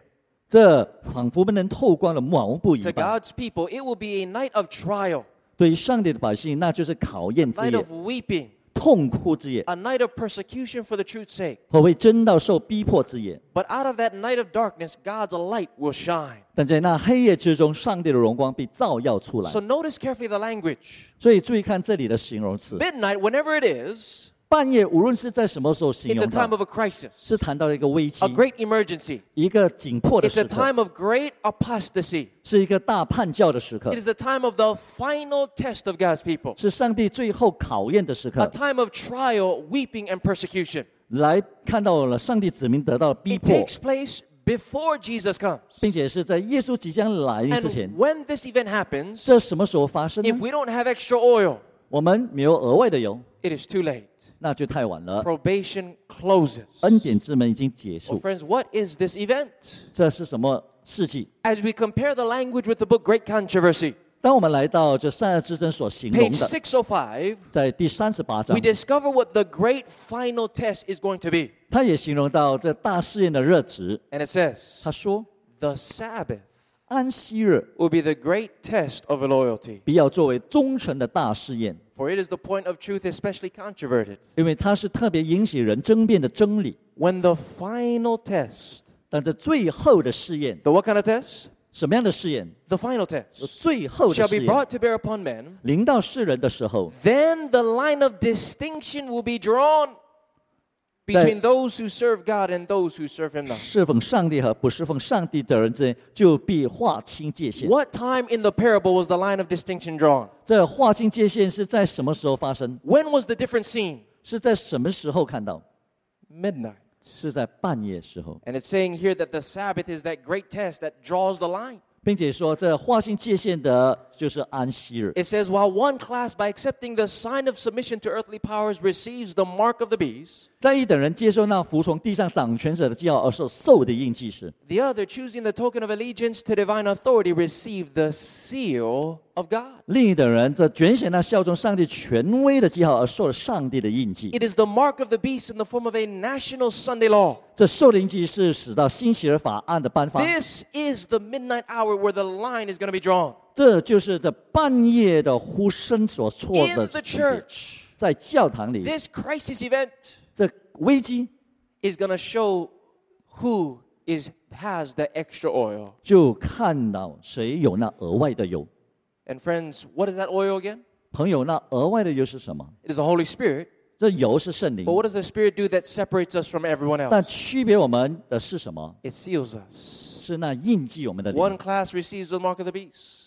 S2: 这仿佛不能透光的毛布一
S1: To
S2: 般。
S1: God's people, it will be a night of trial,
S2: 对于上帝的百姓，那就是考验
S1: a
S2: 之
S1: night
S2: 夜
S1: of、weeping,
S2: 痛哭之夜
S1: a night of persecution for the truth's sake.
S2: 和为真道受逼迫之夜。
S1: But out of that night of darkness, God's light will shine.
S2: 但在那黑夜之中，上帝的荣光必照耀出来
S1: So。notice carefully the language.
S2: 所以注意看这里的形容词，
S1: Midnight, whenever it is,
S2: 半夜无论是在什么时候形
S1: it's a
S2: 容
S1: time
S2: 到，
S1: of a crisis,
S2: 是谈到了一个危机
S1: a，great emergency.
S2: 一个紧迫的
S1: It's a
S2: 时刻，
S1: time of great apostasy.
S2: 是一个大叛教的时刻
S1: It，is the time of the final test of God's people.
S2: 是上帝最后考验的时
S1: a
S2: 刻。
S1: time of trial, weeping, and persecution.
S2: 来看到了上帝子民得到逼
S1: It
S2: 迫，
S1: takes place before Jesus comes.
S2: 并且是在耶稣即将来临之前
S1: And。when this event happens,
S2: 这什么时候发生
S1: if
S2: 呢？
S1: we don't have extra oil,
S2: 我们没有额外的油，
S1: it is too late.
S2: 那就太晚了。
S1: Probation closes.
S2: 恩典之门已经
S1: Well,
S2: 结束。
S1: friends, what is this event?
S2: 这是什么事迹？
S1: As we compare the language with the book Great Controversy,
S2: 当我们来到这善恶之争所形容
S1: page
S2: 的，
S1: 605,
S2: 在第三十八章
S1: we，discover what the great final test is going to be.
S2: 他也形容到这大试验的日子。
S1: And it says,
S2: 他说，
S1: The Sabbath
S2: 安息日
S1: will be the great test of loyalty,
S2: 必要作为忠诚的大试验，
S1: for it is the point of truth especially controverted.
S2: 因为它是特别引起人争辩的真理。
S1: when the final test,
S2: 但这最后的试验，
S1: the what kind of test?
S2: 什么样的试验？
S1: The final test
S2: 最后的
S1: shall
S2: 试
S1: be
S2: 验
S1: brought to bear upon men.
S2: 临到世人的时候，
S1: Then the line of distinction will be drawn between those who serve God and those who serve Him not.
S2: 侍奉上帝和不侍奉上帝的人之间就必划清界限。
S1: What time in the parable was the line of distinction drawn?
S2: 这划清界限是在什么时候发生？
S1: When was the difference seen?
S2: 是在什么时候看到？
S1: Midnight.
S2: 是在半夜时候，
S1: And it's saying here that the Sabbath is that great test that draws the line.
S2: 并且说这划清界限的就是安息日。
S1: It says, while one class, by accepting the sign of submission to earthly powers, receives the mark of the beast,
S2: 在一等人接受那服从地上掌权者的教而受受的印记时，
S1: The other, choosing the token of allegiance to divine authority, received the seal of God.
S2: 另一等人则卷显那效忠上帝权威的记号而受了上帝的印记。
S1: It is the mark of the beast in the form of a national Sunday law.
S2: 这受的印记是使到新奇尔法案的颁发，
S1: This is the midnight hour where the line is going to be drawn
S2: 这就是这半夜的呼声所错
S1: in
S2: 的
S1: the
S2: 区别。
S1: church.
S2: 在教堂里，
S1: This crisis event
S2: 这危机
S1: is going to show who is has the extra oil.
S2: 就看到谁有那额外的油。
S1: And friends, what is that oil again?
S2: 朋友，那额外的油是什么？
S1: It is the Holy Spirit.
S2: 这油是圣灵
S1: But，what does the Spirit do that separates us from everyone
S2: 但
S1: else?
S2: 区别我们的是什么？
S1: It seals us.
S2: 是那印记我们的灵
S1: One。class receives the mark of the beast.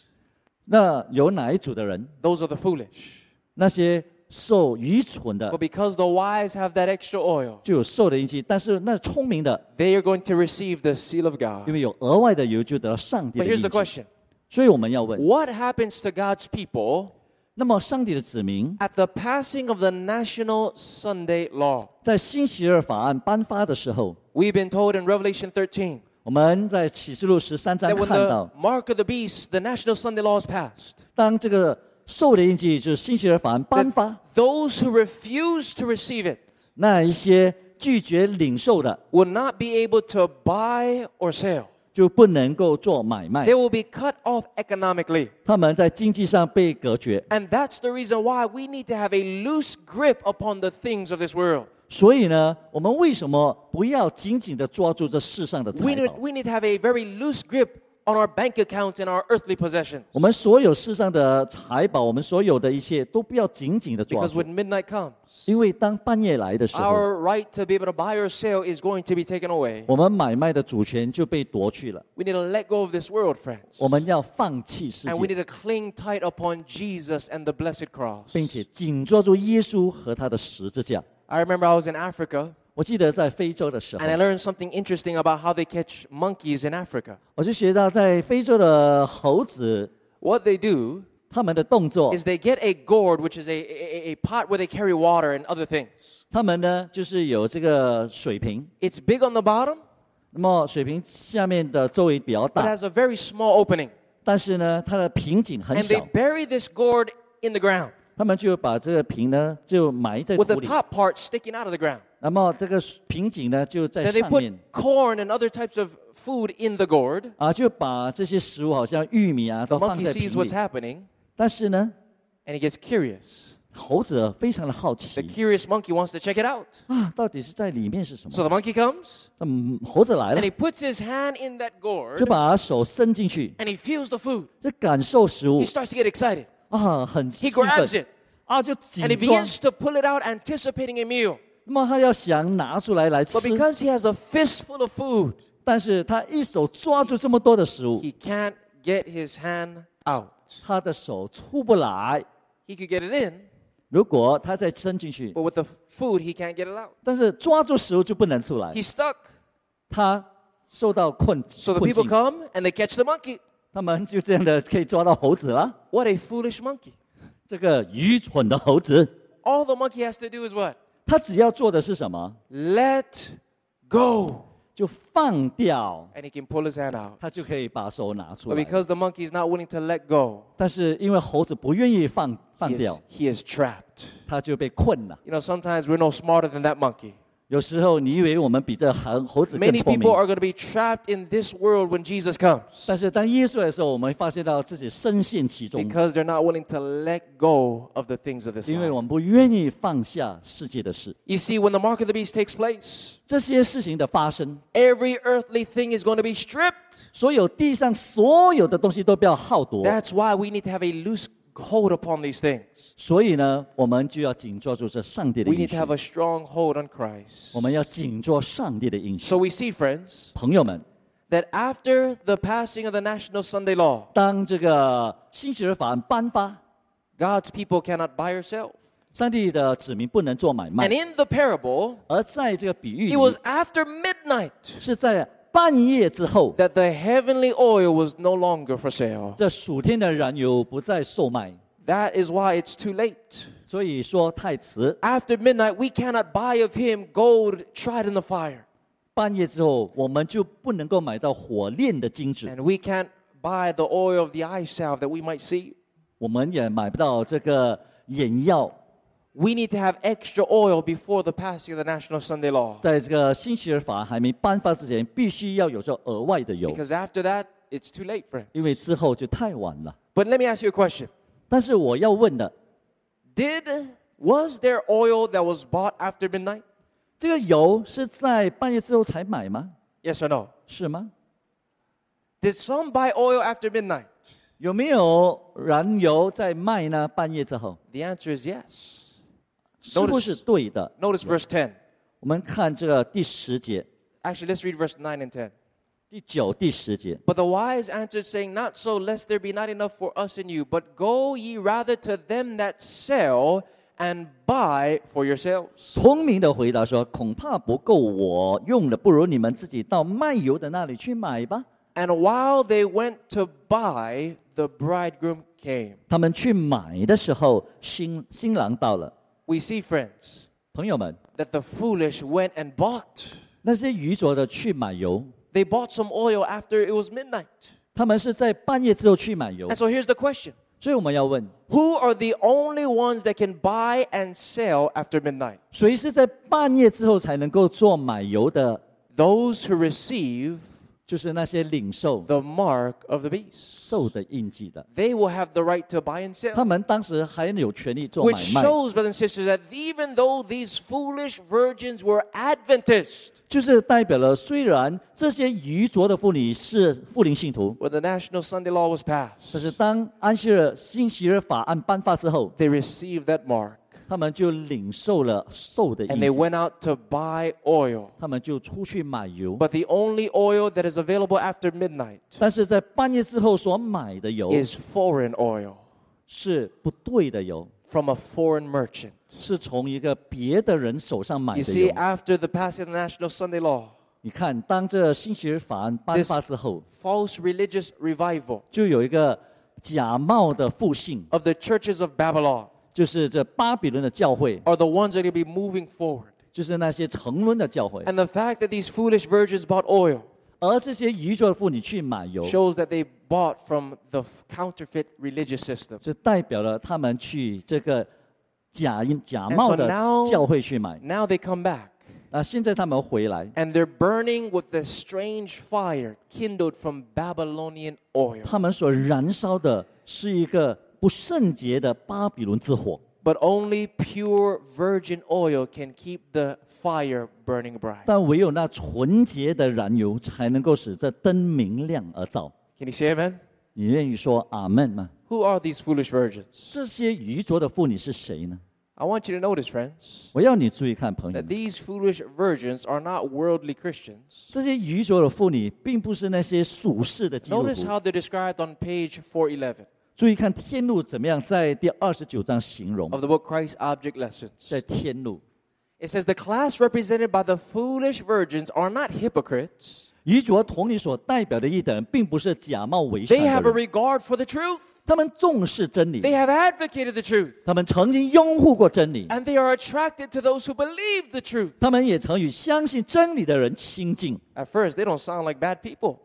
S2: 那有哪一组的人？
S1: Those are the foolish.
S2: 那些受愚蠢的
S1: But because the wise have that extra oil,
S2: 就有受的印记，但是那聪明的，
S1: they are going to receive the seal of
S2: 因
S1: God.
S2: 为有额外的油，就得到上帝
S1: But
S2: 的
S1: here's
S2: 印
S1: the
S2: 记。
S1: question
S2: 所以我们要问：
S1: What happens to God's people
S2: 那么上帝的子民
S1: at the passing of the national Sunday law?
S2: 在新十二法案颁发的时候，
S1: We've been told in Revelation 13
S2: 我们在启示录十三章
S1: that
S2: 看
S1: when
S2: 到
S1: the，mark of the beast, the national Sunday law is passed,
S2: 当这个受的印记就是新十二法案颁
S1: that
S2: 发，
S1: those who refuse to receive it
S2: 那一些拒绝领受的
S1: will not be able to buy or sell.
S2: 就不能够做买卖
S1: They，will be cut off economically.
S2: 他们在经济上被隔绝。
S1: And that's the reason why we need to have a loose grip upon the things of this world.
S2: 所以呢，我们为什么不要紧紧的抓住这世上的
S1: We
S2: 财
S1: need,
S2: 宝？
S1: we need to have a very loose grip on our bank accounts and our earthly possessions.
S2: 我们所有世上的财宝，我们所有的一切都不要紧紧的抓
S1: Because
S2: 住，
S1: when midnight comes,
S2: 因为当半夜来的时候，
S1: our right to be able to buy or sell is going to be taken away.
S2: 我们买卖的主权就被夺去了。
S1: We need to let go of this world, friends.
S2: 我们要放弃世
S1: And we need
S2: 界，
S1: to cling tight upon Jesus and the blessed cross.
S2: 并且紧抓住耶稣和他的十字架。
S1: I remember I was in Africa
S2: 我记得在非洲的时候
S1: and，I learned something interesting about how they catch monkeys in Africa.
S2: 我就学到在非洲的猴子
S1: What they do
S2: 他们的动作，
S1: is they get a gourd, which is a, a, a pot where they carry water and other things.
S2: 他们呢就是有这个水瓶，
S1: It's big on the bottom,
S2: 那么水瓶下面的周围比较
S1: but
S2: 大，
S1: has a very small opening.
S2: 但是呢它的瓶颈很
S1: And they
S2: 小，
S1: bury this gourd in the ground
S2: 他们就把这个瓶呢就埋在土
S1: with the
S2: 里，
S1: top part sticking out of the ground.
S2: 那么这个瓶颈呢就在
S1: Then they
S2: 上面
S1: put corn and other types of food in the gourd.
S2: 啊，就把这些食物好像玉米啊
S1: The
S2: 都放
S1: monkey
S2: 在
S1: sees
S2: 瓶
S1: what's
S2: 里，
S1: happening
S2: 但是呢
S1: and he gets curious.
S2: 猴子啊非常的好
S1: The
S2: 奇
S1: curious monkey wants to check it out.
S2: 啊，到底是在里面是什么？
S1: So the monkey comes
S2: 嗯，猴子来了
S1: and he puts his hand in that
S2: 就
S1: gourd
S2: 把手伸进去，
S1: and he feels the food.
S2: 就感受食物
S1: He starts to get excited.
S2: 啊，很
S1: He
S2: 兴
S1: grabs
S2: 奋
S1: it
S2: 啊，就紧
S1: and he
S2: 抓。
S1: begins to pull it out, anticipating a meal.
S2: 那么他要想拿出来来吃
S1: But，because he has a fistful of food,
S2: 但是他一手抓住这么多的食物，
S1: he can't get his hand out.
S2: 他的手出不来。
S1: He could get it in,
S2: 如果他再伸进去，
S1: but with the food, he can't get it out.
S2: 但是抓住食物就不能出来，
S1: He's stuck.
S2: 他受到困
S1: So the
S2: 困
S1: people
S2: 境。
S1: come and they catch the monkey.
S2: 他们就这样的可以抓到猴子了，
S1: What a foolish monkey.
S2: 这个愚蠢的猴子，
S1: All the monkey has to do is what?
S2: 他只要做的是什么？
S1: Let go.
S2: 就放掉，
S1: And he can pull his hand out.
S2: 他就可以把手拿出
S1: But
S2: 来。
S1: because the monkey is not willing to let go,
S2: 但是因为猴子不愿意放
S1: he
S2: 放
S1: is,
S2: 掉，
S1: he is trapped.
S2: 他就被困了。
S1: You know, sometimes we're no smarter than that monkey.
S2: 有时候你以为我们比这猴猴子更
S1: Many
S2: 聪明
S1: people，are going to be trapped in this world when Jesus comes
S2: 但是当耶稣来的时候，我们发现到自己深陷其中，
S1: because they're not willing to let go of the things of this
S2: 因为
S1: world.
S2: 我们不愿意放下世界的事。
S1: You see, when the mark of the beast takes place,
S2: 这些事情的发生，
S1: every earthly thing is going to be stripped.
S2: 所有地上所有的东西都不要好夺。
S1: That's why we need to have a loose hold upon these things.
S2: 所以呢，我们就要紧抓住这上帝的
S1: We
S2: 应
S1: need
S2: 许
S1: to，have a strong hold on Christ.
S2: 我们要紧抓上帝的应许。
S1: So we see, friends,
S2: 朋友们，
S1: that after the passing of the National Sunday Law,
S2: 当这个新十法案颁发，
S1: God's people cannot buy or sell.
S2: 上帝的子民不能做买卖
S1: And，in the parable,
S2: 而在这个比
S1: it
S2: 喻里，
S1: was after midnight
S2: 是在半夜之后，
S1: that the heavenly oil was no longer for sale.
S2: 这暑天的燃油不再售卖，
S1: That is why it's too late.
S2: 所以说太迟。
S1: After midnight, we cannot buy of him gold tried in the fire,
S2: 半夜之后，我们就不能够买到火炼的金子，
S1: and we can't buy the oil of the eye salve that we might see.
S2: 我们也买不到这个眼药。
S1: We need to have extra oil before the passing of the National Sunday Law,
S2: 在这个新奇尔法还没颁发之前，必须要有这额外的油，
S1: because after that, it's too late, friend.
S2: 因为之后就太晚了。
S1: But let me ask you a question.
S2: 但是我要问的，
S1: Did was there oil that was bought after midnight?
S2: 这个油是在半夜之后才买吗？
S1: Yes or no?
S2: 是吗？
S1: Did some buy oil after midnight?
S2: 有没有燃油在卖呢？半夜之后
S1: The answer is yes.
S2: 是不是对的？
S1: Notice verse 10.
S2: 我们看这个第十节，
S1: Actually, let's read verse 9 and 10.
S2: 第九、第十节。
S1: But the wise answered, saying, Not so, lest there be not enough for us and you, but go ye rather to them that sell and buy for yourselves.
S2: 聪明的回答说：“恐怕不够我用的，不如你们自己到卖油的那里去买吧。
S1: And while they went to buy, the bridegroom came. ”
S2: 他们去买的时候，新新郎到了。
S1: We see, friends,
S2: 朋友们，
S1: that the foolish went and bought.
S2: 那些愚拙的去买油，
S1: They bought some oil after it was midnight.
S2: 他们是在半夜之后去买油
S1: And。so here's the question
S2: 所以我们要问：
S1: Who are the only ones that can buy and sell after midnight?
S2: 谁是在半夜之后才能够做买油的？
S1: Those who receive
S2: 就是那些领受
S1: the mark of the beast.
S2: 受的印记的，
S1: They will have the right to buy and sell.
S2: 他们当时还有权利做买
S1: Which
S2: 卖。
S1: shows, brothers and sisters, that even though these foolish virgins were Adventists,
S2: 就是代表了，虽然这些愚拙的妇女是富灵信徒，
S1: when the national Sunday law was
S2: 但
S1: passed,
S2: 是当安息日星期日法案颁发之后，
S1: they received that mark
S2: 他们就领受了受的印
S1: and they
S2: 记，
S1: went out to buy oil.
S2: 他们就出去买油。
S1: But the only oil that is available after midnight
S2: 但是在半夜之后所买的油
S1: is foreign oil
S2: 是不对的油，
S1: from a foreign merchant.
S2: 是从一个别的人手上买
S1: You
S2: 的
S1: see,
S2: 油。
S1: after the passing of the national Sunday law,
S2: 你看，当这星期日法案颁
S1: This-
S2: 发之后，
S1: false religious revival
S2: 就有一个假冒的复兴，
S1: of the churches of Babylon
S2: 就是这巴比伦的教会，
S1: are the ones that are going to be moving forward.
S2: 就是那些沉沦的教会，
S1: And the fact that these foolish virgins bought oil
S2: 而这些愚拙的妇女去买油，
S1: shows that they bought from the f- counterfeit religious system.
S2: 就代表了他们去这个假因假冒
S1: And so
S2: 的
S1: now-
S2: 教会去买。
S1: Now they come back
S2: 啊，现在他们回来，
S1: and they're burning with the strange fire kindled from Babylonian oil.
S2: 他们所燃烧的是一个不圣洁的巴比伦之火，
S1: But only pure virgin oil can keep the fire burning bright.
S2: 但唯有那纯洁的燃油才能够使这灯明亮而照。
S1: Can you say amen?
S2: 你愿意说阿门吗？
S1: Who are these foolish virgins?
S2: 这些愚拙的妇女是谁呢？
S1: I want you to notice, friends,
S2: 我要你注意看，朋友
S1: that
S2: 们，
S1: these foolish virgins are not worldly Christians.
S2: 这些愚拙的妇女并不是那些俗世的基督
S1: Notice
S2: 徒。
S1: how they're described on page 411
S2: 注意看天路怎么样在第二十九章形容，
S1: of the book Christ Object Lessons.
S2: 在天路，
S1: It says the class represented by the foolish virgins are not hypocrites.
S2: 愚拙同理所代表的一等人，并不是假冒伪善
S1: They have
S2: 的
S1: a
S2: 人，
S1: regard for the truth.
S2: 他们重视真理
S1: They，have advocated the truth.
S2: 他们曾经拥护过真理，
S1: And they are attracted to those who believe the truth.
S2: 他们也曾与相信真理的人亲近。
S1: At first, they don't sound like bad people.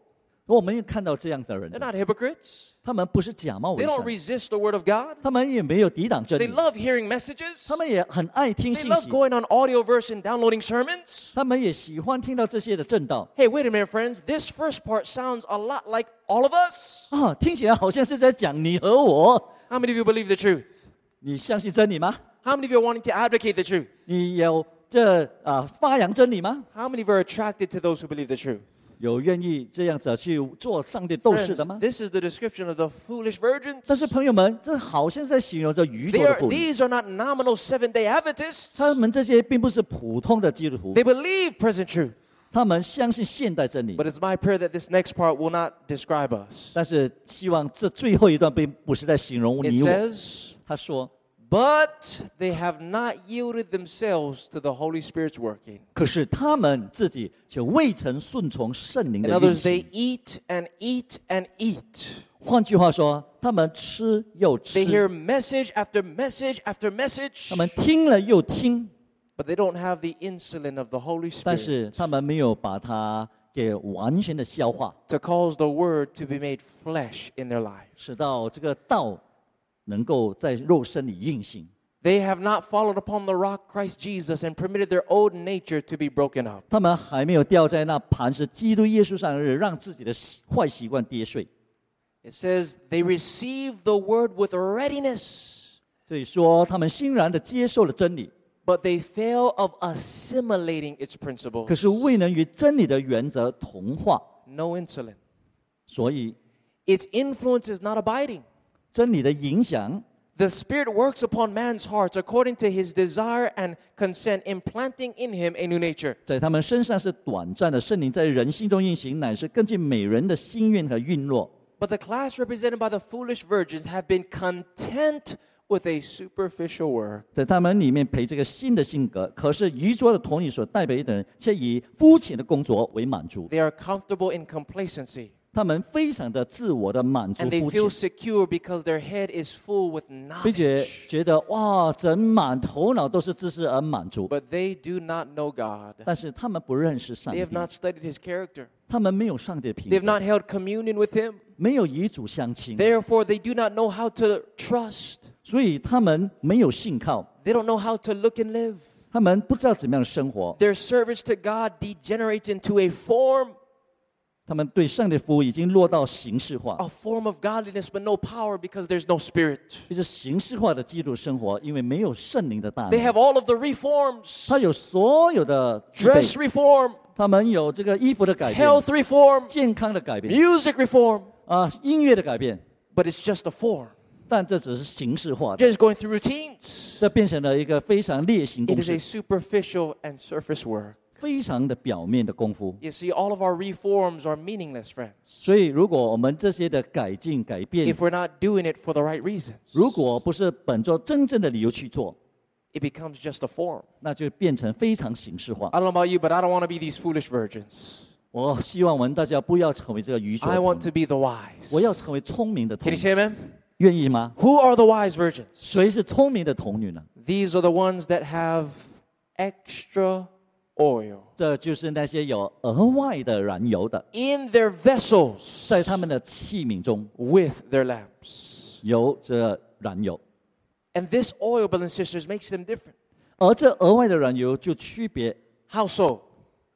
S2: 我们也看到这样的人
S1: They're，not hypocrites.
S2: 他们不是假冒
S1: They
S2: 伪
S1: don't
S2: 善，
S1: resist the word of God.
S2: 他们也没有抵挡真
S1: They
S2: 理，
S1: love hearing messages.
S2: 他们也很爱听
S1: They
S2: 信
S1: love
S2: 息，
S1: going on audio verse and downloading sermons.
S2: 他们也喜欢听到这些的正道。
S1: Hey, wait a minute, friends. This first part sounds a lot like all of us.
S2: 啊，听起来好像是在讲你和我。
S1: How many of you believe the truth?
S2: 你相信真理吗？
S1: How many of you are wanting to advocate the truth?
S2: 你有这啊、发扬真理吗？
S1: How many of you are attracted to those who believe the truth?
S2: 有愿意这样子去做上帝斗士
S1: Friends,
S2: 的吗？
S1: this is the description of the foolish virgins.
S2: 但是朋友们，这好像是在形容着愚
S1: They
S2: 拙的
S1: are,
S2: 妇女，
S1: these are not nominal seven day Adventists.
S2: 他们这些并不是普通的基督徒
S1: They，believe present truth.
S2: 他们相信现代真理
S1: But。it's my prayer that this next part will not describe us.
S2: 但是希望这最后一段并不是在形容
S1: It
S2: 你我。
S1: says,
S2: 他说
S1: But they have not yielded themselves to the Holy Spirit's working.：“
S2: 可是他们自己却未曾顺从圣
S1: In
S2: 灵的
S1: other
S2: 运
S1: words,
S2: 行。
S1: they eat and eat and eat. ”
S2: 换句话说，他们吃又
S1: They
S2: 吃
S1: hear，message after message after message,
S2: 他们听了又听，
S1: but they don't have the insulin of the Holy
S2: 但是
S1: Spirit
S2: 他们没有把它给完全的消化，
S1: to cause the word to be made flesh in their lives.
S2: 使到这个道能够在肉身里运行。
S1: They have not followed upon the rock Christ Jesus and permitted their old nature to be broken up.
S2: 他们还没有掉在那磐石基督耶稣上的日，让自己的习坏习惯跌碎。
S1: It says they receive the word with readiness,
S2: 所以说，他们欣然的接受了真理，
S1: but they fail of assimilating its principles.
S2: 可是未能与真理的原则同化，
S1: No insulin.
S2: 所以
S1: Its influence is not abiding.
S2: 真理的影响，
S1: The Spirit works upon man's hearts according to his desire and consent, implanting in him a new nature.
S2: 在他们身上是短暂的，圣灵在人心中运行，乃是根据每人的心愿和运落。
S1: But the class represented by the foolish virgins have been content with a superficial work.
S2: 在他们里面培这个新的性格，可是愚拙的童女所代表的人，却以肤浅的工作为满足。
S1: They are comfortable in complacency,
S2: 他们非常的自我的满足
S1: and they
S2: 肤
S1: feel
S2: 浅，
S1: secure because their head is full with
S2: 并且
S1: knowledge.
S2: 觉得哇，整满头脑都是知识而满足。
S1: But they do not know God.
S2: 但是他们不认识上
S1: They
S2: 帝
S1: have，not studied his character.
S2: 他们没有上帝的
S1: They
S2: 品
S1: have
S2: 格，
S1: not held communion with him.
S2: 没有与主相亲，
S1: Therefore, they do not know how to trust.
S2: 所以他们没有信靠，
S1: They don't know how to look and live.
S2: 他们不知道怎么样生活，
S1: Their service to God degenerates into a form,
S2: 他们对上帝服务已经落到形式化，
S1: a form of godliness, but no power because there's no spirit.
S2: 就是形式化的基督生活，因为没有圣灵的大
S1: They
S2: 能。
S1: have all of the reforms
S2: 他有所有的具备
S1: dress reform,
S2: 他们有这个衣服的改变、
S1: health reform,
S2: 健康的改变
S1: music reform,
S2: 啊，音乐的改变，
S1: but it's just a form.
S2: 但这只是形式化的，
S1: Just going through routines.
S2: 这变成了一个非常例行
S1: It
S2: 公
S1: is a
S2: 事，
S1: superficial and surface work.
S2: 非常的表面的功夫。
S1: You see, all of our reforms are meaningless, friends,
S2: 所以，如果我们这些的改进、改变
S1: if，we're not doing it for the right reasons.
S2: 如果不是本着真正的理由去做，
S1: It becomes just a form.
S2: 那就变成非常形式化
S1: I。don't know about you, but I don't want to be these foolish virgins.
S2: 我希望我们大家不要成为这个愚蠢
S1: I
S2: 的
S1: want
S2: 童
S1: to be the wise.
S2: 我要成为聪明的
S1: Can
S2: 童
S1: you
S2: 女，
S1: say amen?
S2: 愿意吗？
S1: Who are the wise virgins?
S2: 谁是聪明的童女呢？
S1: These are the ones that have extra oil
S2: 这就是那些有额外的燃油的，
S1: in their vessels
S2: 在他们的器皿中
S1: with their lamps.
S2: 有着燃油，
S1: And this oil, brothers and sisters, makes them different.
S2: 而这额外的燃油就区别
S1: How so?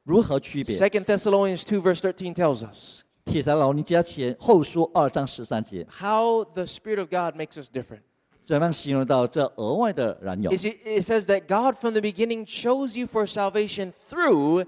S2: 如何区别？
S1: Second Thessalonians 2, verse 13 tells us
S2: 铁撒罗尼迦前后书二章十三节，
S1: how the Spirit of God makes us different.
S2: 怎么样形容到这额外的燃油
S1: You？see, It says that God from the beginning chose you for salvation through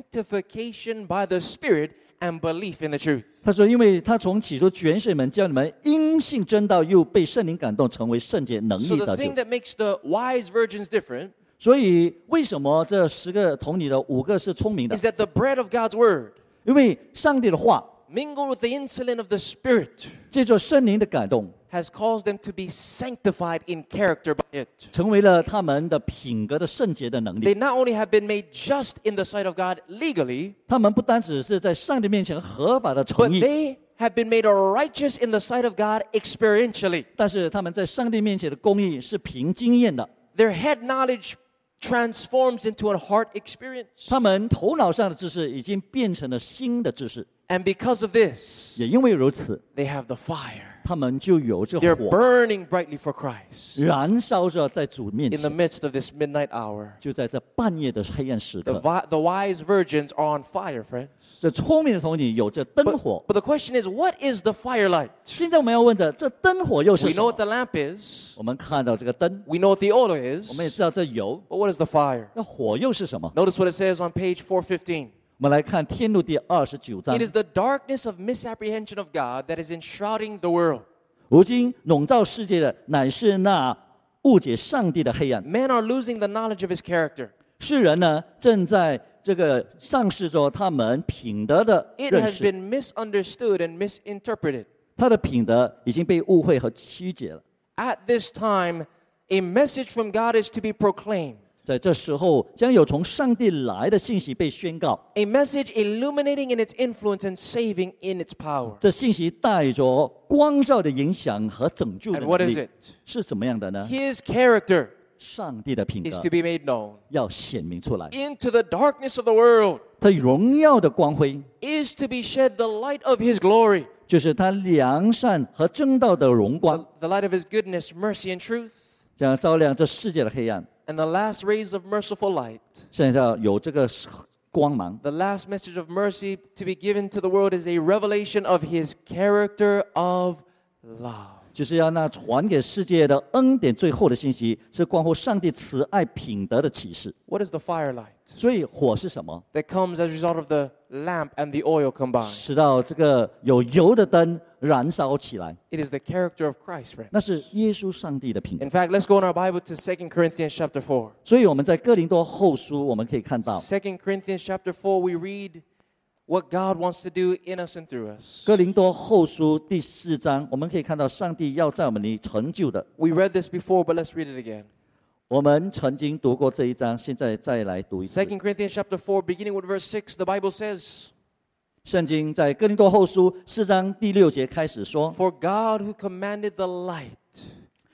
S1: sanctification by the Spirit and belief in the truth.
S2: 他说：“因为他从起初泉水门叫你们因信真道，又被圣灵感动，成为圣洁，能
S1: So
S2: 力
S1: the
S2: 得
S1: thing
S2: 救。
S1: that makes the wise virgins different
S2: 所以为什么这十个童女的五个是聪明的
S1: is？that the bread of God's word
S2: 因为上帝的话，
S1: mingled with the insulin of the Spirit
S2: 借着圣灵的感动，
S1: has caused them to be sanctified in character by it.
S2: 成为了他们的品格的圣洁的能力
S1: They。not only have been made just in the sight of God legally,
S2: 他们不单只是在上帝面前合法的诚
S1: but
S2: 意，
S1: they have been made righteous in the sight of God experientially.
S2: 但是他们在上帝面前的公义是凭经验的。
S1: Their head knowledge transforms into a heart experience.
S2: 他们头脑上的知识已经变成了新的知识，
S1: And because of this,
S2: 也因为如此，
S1: they have the fire.
S2: 他们就有这
S1: They're
S2: 火
S1: burning brightly for Christ
S2: 燃烧着在主面
S1: in the
S2: 前。
S1: midst of this midnight hour.
S2: 就在这半夜的黑暗时
S1: The,
S2: 刻，
S1: vi- the wise virgins are on fire, friends.
S2: 这聪明的童女有着灯
S1: But,
S2: 火。
S1: but the question is, what is the firelight?
S2: 现在我们要问的，这灯火又是
S1: We
S2: 什
S1: know what
S2: 么？
S1: the lamp is,
S2: 我们看到这个灯，
S1: we know what the oil
S2: 我们也
S1: is,
S2: 知道这油，
S1: but what is the fire?
S2: 那火又是什么？
S1: Notice what it says on page 415.
S2: 我们来看《天路》第二十九章
S1: It。is the darkness of misapprehension of God that is enshrouding the world.
S2: 如今笼罩世界的乃是那误解上帝的黑暗。
S1: Men are losing the knowledge of his character.
S2: 世人呢，正在这个丧失着他们品德的
S1: It
S2: 认
S1: has
S2: 识，
S1: been misunderstood and misinterpreted.
S2: 他的品德已经被误会和曲解了。
S1: At this time, a message from God is to be proclaimed,
S2: 在这时候，将有从上帝来的信息被宣告，
S1: a message illuminating in its influence and saving in its power.
S2: 这信息带着光照的影响和拯救的
S1: And what
S2: 能
S1: is
S2: 力
S1: it?
S2: 是怎么样的呢？
S1: His character
S2: 上帝的品
S1: is
S2: 德
S1: to be made known.
S2: 要显明出来，
S1: Into the darkness of the world
S2: 他荣耀的光辉
S1: is to be shed the light of his glory,
S2: 就是他良善和正道的荣光
S1: the light of his goodness, mercy, and truth.
S2: 将照亮这世界的黑暗，
S1: And the last rays of merciful light,
S2: 身上有这个光芒。
S1: the last message of mercy to be given to the world is a revelation of his character of love.
S2: 就是要那传给世界的恩典最后的信息，是关乎上帝慈爱品德的启示。
S1: What is the firelight
S2: 所以火是什么？
S1: that comes as a result of the lamp and the oil combined?
S2: 使到这个有油的灯燃烧起来。
S1: It is the character of Christ,
S2: 那
S1: friends.
S2: 是耶稣上帝的品格
S1: In。fact, let's go in our Bible to 2 Corinthians chapter 4.
S2: 所以我们在哥林多后书我们可以看到，
S1: 2 Corinthians chapter 4, we read what God wants to do in us and through us.
S2: 哥林多后书第四章我们可以看到上帝要在我们里成就的。
S1: We read this before, but let's read it again.
S2: 我们曾经读过这一章，现在再来读一次。
S1: 2 Corinthians chapter 4, beginning with verse 6, the Bible says,
S2: 圣经在哥林多后书四章第六节开始说
S1: For God who commanded the light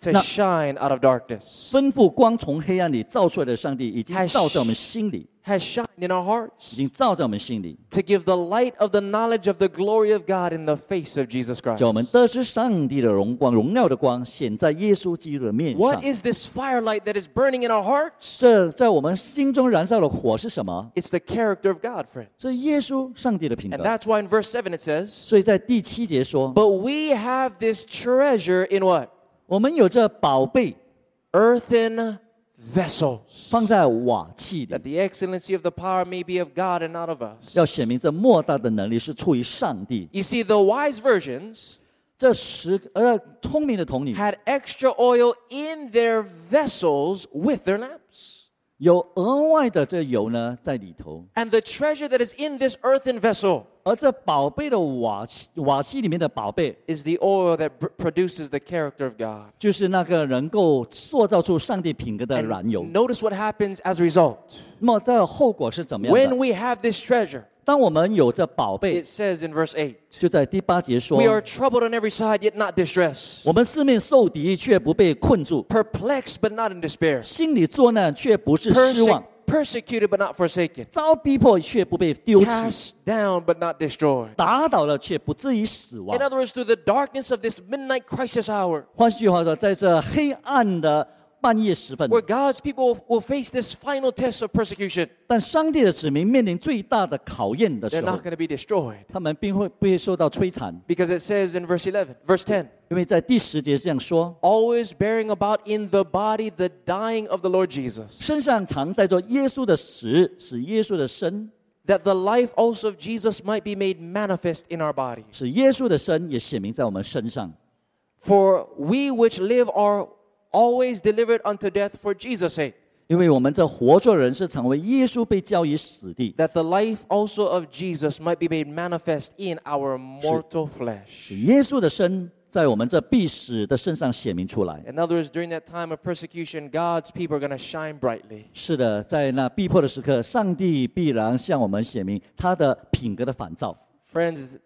S1: to
S2: Now-
S1: shine out of：“ darkness
S2: 吩咐光从黑暗里照出来的上帝，已经
S1: 太
S2: 照在我们心里，
S1: has shined in our
S2: 已
S1: hearts
S2: 经照在我们心里，
S1: to give the light of the knowledge of the glory of God in the face of Jesus Christ.
S2: 叫我们得知上帝的荣光、荣耀的光显在耶稣基督的面
S1: What
S2: 上。
S1: is this firelight that is burning in our hearts?
S2: 这在我们心中燃烧的火是什么？
S1: It's the character of God, friends.
S2: 这是耶稣上帝的品
S1: And
S2: 格。
S1: that's why in verse 7 it says,
S2: 所以在第七节说，
S1: But we have this treasure in what?
S2: 我们有这宝贝
S1: Earthen vessels,
S2: 放在瓦器里
S1: that，the excellency of the power may be of God and not of us.
S2: 要显明这莫大的能力是出于上帝。
S1: You see, the wise virgins
S2: 这十呃聪明的童女
S1: had extra oil in their vessels with their lamps.
S2: 有额外的这油呢在里头，
S1: And the treasure that is in this earthen vessel
S2: 而这宝贝的瓦器瓦器里面的宝贝，
S1: is the oil that pr- produces the character of God.
S2: 就是那个能够塑造出上帝品格的
S1: And
S2: 燃油。
S1: notice what happens as a result.
S2: 那么这后果是怎么样
S1: When
S2: 的？
S1: we have this treasure,
S2: 当我们有这宝贝
S1: it，says in verse 8,
S2: 就在第八节说
S1: we，are troubled on every side, yet not distressed,
S2: 我们四面受敌却不被困住，
S1: perplexed, but not in despair,
S2: 心里作难却不是失
S1: perse-
S2: 望，
S1: persecuted, but not forsaken,
S2: 遭逼迫却不被丢弃，
S1: cast down, but not destroyed.
S2: 打倒了却不至于死亡
S1: In。other words, through the darkness of this midnight crisis hour,
S2: 换句话说，在这黑暗的半夜时分，
S1: where God's people will- will face this final test of persecution,
S2: 但上帝的子民面临最大的考验的
S1: they're
S2: 时候
S1: not，going to be destroyed.
S2: 他们并会不会受到摧残，
S1: Because it says in verse 11, verse 10,
S2: 因为在第十节这样说：
S1: always bearing about in the body the dying of the Lord Jesus,
S2: 身上常带着耶稣的死，使耶稣的身，
S1: that the life also of Jesus might be made manifest in our body.
S2: 使耶稣的身也显明在我们身上。
S1: For we which live are always delivered unto death for Jesus' sake,
S2: 因为我们这活着人是成为耶稣被交于死地，
S1: that the life also of Jesus might be made manifest in our mortal flesh.
S2: 使耶稣的身在我们这必死的身上显明出来。
S1: In other words, during that time of persecution, God's people are going to shine brightly.
S2: 是的，在那逼迫的时刻，上帝必然向我们显明他的品格的反照。
S1: Friends,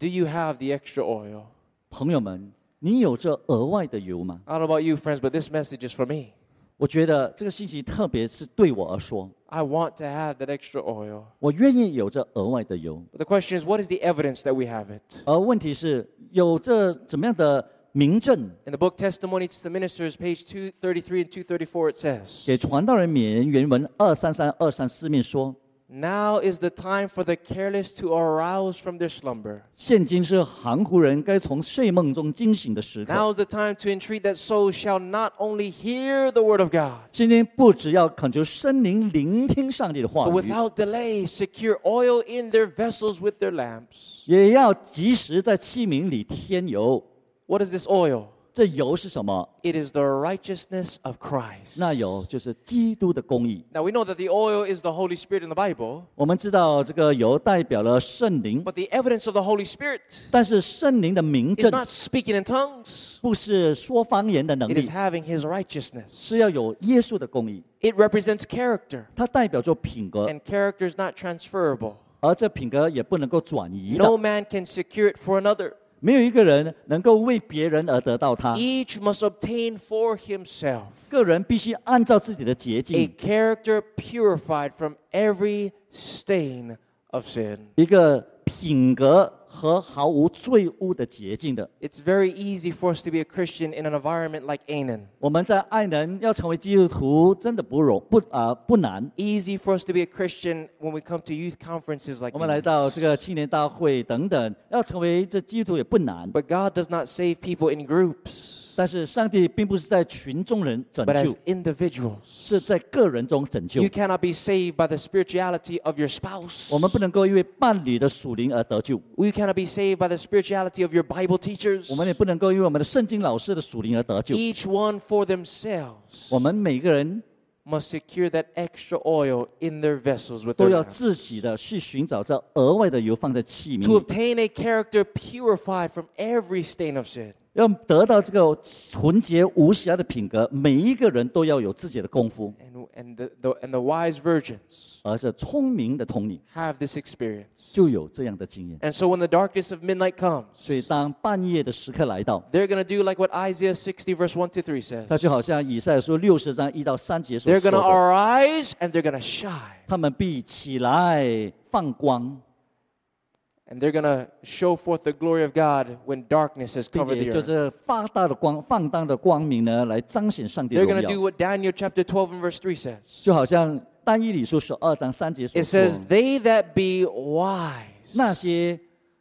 S1: do you have the extra oil?
S2: 朋友们，你有这额外的油吗？
S1: I don't know about you, friends, but this message is for me.
S2: 我觉得这个信息特别是对我而说，
S1: I want to have that extra oil.
S2: 我愿意有这额外的油。
S1: But the question is, what is the evidence that we have it?
S2: 而问题是，有这怎么样的明证？
S1: In the book Testimonies to Ministers, page 233 and 234, it says,
S2: 给传道人免言原文二三三二三四面说：
S1: Now is the time for the careless to arouse from their slumber.
S2: 现今是含糊人该从睡梦中惊醒的时刻。
S1: Now is the time to entreat that souls shall not only hear the word of God,
S2: 现今不只要恳求森灵聆听上帝的话
S1: but
S2: 语，
S1: without delay secure oil in their vessels with their lamps.
S2: 也要及时在器皿里添油。
S1: What is this oil?
S2: 这油是什么？
S1: It is the righteousness of Christ.
S2: 那油就是基督的公义。
S1: Now we know that the oil is the Holy Spirit in the Bible,
S2: 我们知道这个油代表了圣灵，
S1: but the evidence of the Holy Spirit
S2: 但是圣灵的明
S1: is
S2: 证
S1: not speaking in tongues.
S2: 不是说方言的能
S1: It is
S2: 力，
S1: having his righteousness.
S2: 是要有耶稣的公义。
S1: It represents character,
S2: 它代表着品格，
S1: and character is not transferable.
S2: 而这品格也不能够转移的。
S1: No man can secure it for another.
S2: 没有一个人能够为别人而得到它。
S1: Each must obtain for himself
S2: 个人必须按照自己的捷
S1: a
S2: 径，
S1: character purified from every stain of sin.
S2: 一个品格和毫无罪污的捷径的。
S1: It's very easy for us to be a Christian in an environment like Canaan.
S2: 我们在爱人要成为基督徒，真的不容不啊、不难。
S1: Easy for us to be a Christian when we come to youth conferences like
S2: 我们来
S1: these.
S2: 到这个青年大会等等，要成为这基督徒也不难。
S1: But God does not save people in groups.
S2: 但是上帝并不是在群众人拯
S1: but
S2: 救
S1: as，individuals.
S2: 是在个人中拯救
S1: You。cannot be saved by the spirituality of your spouse.
S2: 我们不能够因为伴侣的属灵而得救，
S1: We cannot be saved by the spirituality of your Bible teachers.
S2: 我们也不能够因为我们的圣经老师的属灵而得救。
S1: Each one for themselves
S2: 我们每个人
S1: must secure that extra oil in their vessels with
S2: 都
S1: their
S2: 要
S1: lamps.
S2: 自己的去寻找这额外的油放在器皿
S1: To
S2: 里，
S1: obtain a character purified from every stain of sin.
S2: 要得到这个纯洁无瑕的品格。每一个人都要有自己的功夫，
S1: And, and, the, the, and the wise virgins
S2: 而这聪明的童女
S1: have this experience.
S2: 就有这样的经验。
S1: And so when the darkness of midnight
S2: 所以，
S1: comes,
S2: 当半夜的时刻来到，
S1: they're going to do like what Isaiah 60, verse 1 to 3
S2: 他
S1: says
S2: 就好像以赛亚书六十章一到三节所
S1: they're
S2: 说
S1: going to
S2: 的，
S1: arise and they're going to shine.
S2: 他们必起来放光，
S1: And they're going to show forth the glory of God when darkness has
S2: 并
S1: covered
S2: 且
S1: the
S2: 就
S1: earth.
S2: 是发大的光、放大的光明呢，来彰显上帝的
S1: They're
S2: 荣
S1: going to do
S2: 耀。
S1: what Daniel chapter 12 and verse 3 says.
S2: 就好像单一理书十二章三节所
S1: It
S2: 说，
S1: says, They that be
S2: 那
S1: wise
S2: 些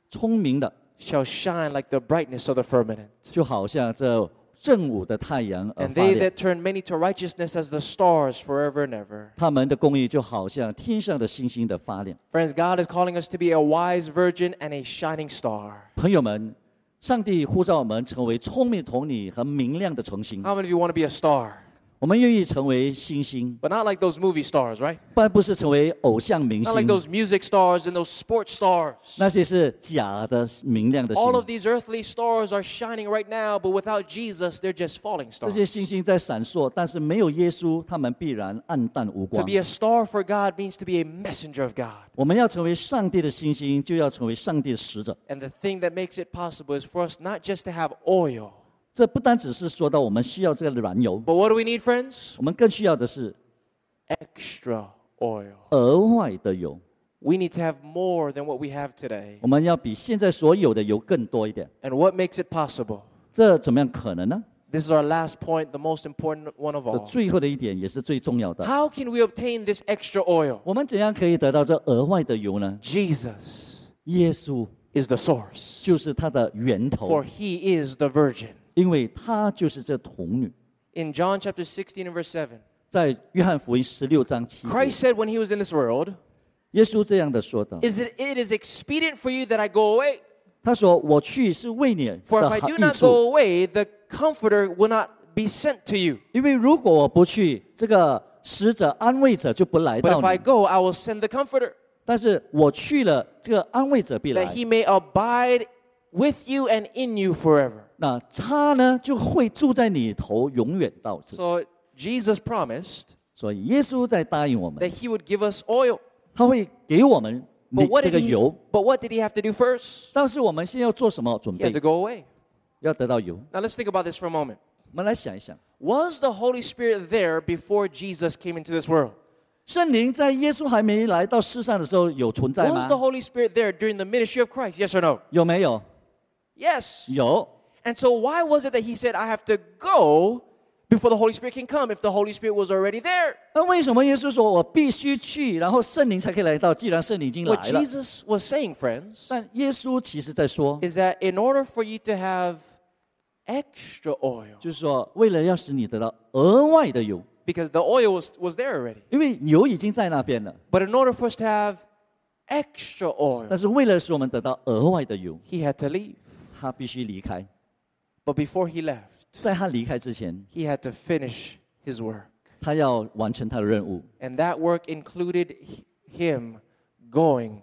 S2: 聪明的，
S1: shall shine like the brightness of the firmament.
S2: 就好像这正午的太阳而
S1: And
S2: 发
S1: they
S2: 亮。
S1: that turn many to righteousness as the stars forever and ever.
S2: 他们的公义就好像天上的星星的发亮。
S1: Friends, God is calling us to be a wise virgin and a shining star.
S2: 朋友们，上帝呼召我们成为聪明童女和明亮的晨星。
S1: How many of you want to be a star?
S2: 我们愿意成为星星，
S1: But not like those movie stars, right?
S2: 不然不是成为偶像明
S1: Not like
S2: 星，
S1: those music stars and those sports stars.
S2: 那些是假的明亮的
S1: All of
S2: 星。
S1: these earthly stars are shining right now, but without Jesus, they're just falling
S2: 这
S1: stars.
S2: 些星星在闪烁，但是没有耶稣，他们必然暗淡无
S1: To
S2: 光
S1: be。a star for God means to be a messenger of God.
S2: 我们要成为上帝的星星，就要成为上帝的使者。
S1: And the thing that makes it possible is for us not just to have oil,
S2: 这不单只是说到我们需要这个燃油，
S1: but what do we need, friends?
S2: 我们更需要的是
S1: Extra oil.
S2: 额外的油。
S1: We need to have more than what we have today.
S2: 我们要比现在所有的油更多一点。
S1: And what makes it possible?
S2: 这怎么样可能呢？
S1: This is our last point, the most important one of
S2: 这
S1: all.
S2: 最后的一点也是最重要的。
S1: How can we obtain this extra oil?
S2: 我们怎样可以得到这额外的油呢？
S1: Jesus
S2: 耶稣
S1: is the source,
S2: 就是它的源头
S1: for，he is the virgin.
S2: 因为他就是这童女。
S1: In John chapter 16 and verse 7,
S2: 在约翰福音十六章七节，
S1: Christ said when he was in this world,
S2: 耶稣这样的说道
S1: Is it, it is expedient for you that I go away?
S2: 他说：“我去是为你
S1: For
S2: 的
S1: if I
S2: 好
S1: do
S2: 益
S1: not
S2: 处，
S1: go away, the Comforter will not be sent to you.
S2: 因为如果我不去，这个使者安慰者就不来
S1: But
S2: 到
S1: if I
S2: 你。
S1: go, I will send the Comforter,
S2: 但是我去了，这个安慰者必来
S1: that。he may abide with you and in you forever.
S2: 那他呢，就会住在你头，永远到此。
S1: So Jesus promised
S2: 所以耶稣在答应我们，
S1: that he would give us oil.
S2: 他会给我们
S1: But
S2: 你
S1: what
S2: 这
S1: did
S2: 个
S1: he,
S2: 油。
S1: but what did he have to do first?
S2: 但是我们先要做什么准
S1: He
S2: 备
S1: had to？go away.
S2: 要得到油。
S1: Now let's think about this for a moment.
S2: 我们来想一想，
S1: Was the Holy Spirit there before Jesus came into this world?
S2: 圣灵在耶稣还没来到世上的时候有存在
S1: Was
S2: 吗？
S1: the Holy Spirit there during the ministry of Christ? Yes or no?
S2: 有没有？
S1: Yes.
S2: 有。
S1: And so why was it that he said, I have to go before the Holy Spirit can come if the Holy Spirit was already there?
S2: 那为什么耶稣说我必须去，然后圣灵才可以来到？既然圣灵已经来
S1: What
S2: 了，
S1: Jesus was saying, friends,
S2: 但耶稣其实在说，
S1: is that in order for you to have extra oil,
S2: 就是说为了要使你得到额外的油，
S1: because the oil was, was there already,
S2: 因为油已经在那边了，
S1: but in order for us to have extra oil,
S2: 但是为了使我们得到额外的油，
S1: he had to leave.
S2: 他必须离开。
S1: But before he left,
S2: 在他离开之前，
S1: he had to finish his work.
S2: 他要完成他的任务，
S1: And that work included h- him going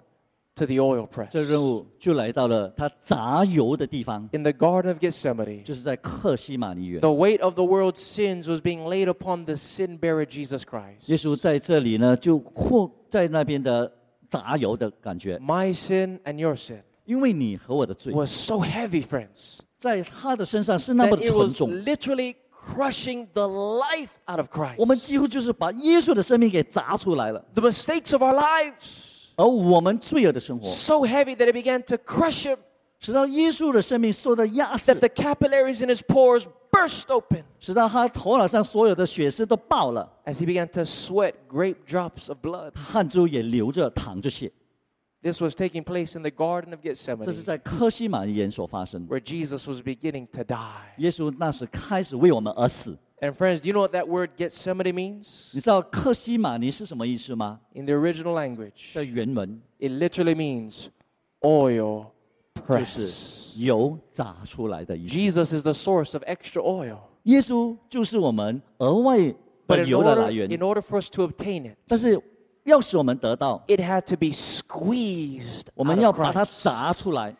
S1: to the oil press
S2: 这任务就来到了他砸油的地方，
S1: in the Garden of Gethsemane.
S2: 就是在克西马尼园。
S1: The weight of the world's sins was being laid upon the sin bearer Jesus Christ.
S2: 耶稣在这里呢，就扩在那边的砸油的感觉，
S1: My sin and your sin
S2: 因为你和我的罪
S1: was so heavy, friends,
S2: 在他的身上是那么
S1: that
S2: 的
S1: it
S2: 沉
S1: was
S2: 重。
S1: literally crushing the life out of Christ.
S2: 我们几乎就是把耶稣的生命给砸出来了，
S1: The mistakes of our lives
S2: 而我们罪恶的生活，
S1: so heavy that it began to crush him,
S2: 使到耶稣的生命受到压制
S1: that，the capillaries in his pores burst open
S2: 使到他头脑上所有的血丝都爆了，
S1: as he began to sweat great drops of blood.
S2: 汗珠也流着淌着血。
S1: This was taking place in the Garden of
S2: 这是
S1: Gethsemane,
S2: 在科西玛尼园所发生的。
S1: where Jesus was beginning to die.
S2: 耶稣那时开始为我们而死。
S1: And friends, do you know what that word Gethsemane means?
S2: 你知道克西玛尼是什么意思吗？
S1: In the original language,
S2: 这原文
S1: it literally means oil
S2: 就
S1: press.
S2: 是油炸出来的意思。
S1: Jesus is the source of extra oil.
S2: 耶稣就是我们额外
S1: But
S2: 的
S1: in
S2: 油的
S1: order,
S2: 来源
S1: in，order for us to obtain it,
S2: 但是要使我们得到，
S1: it had to be squeezed
S2: 我
S1: out
S2: 们要
S1: of
S2: 把它
S1: Christ.
S2: 炸出来。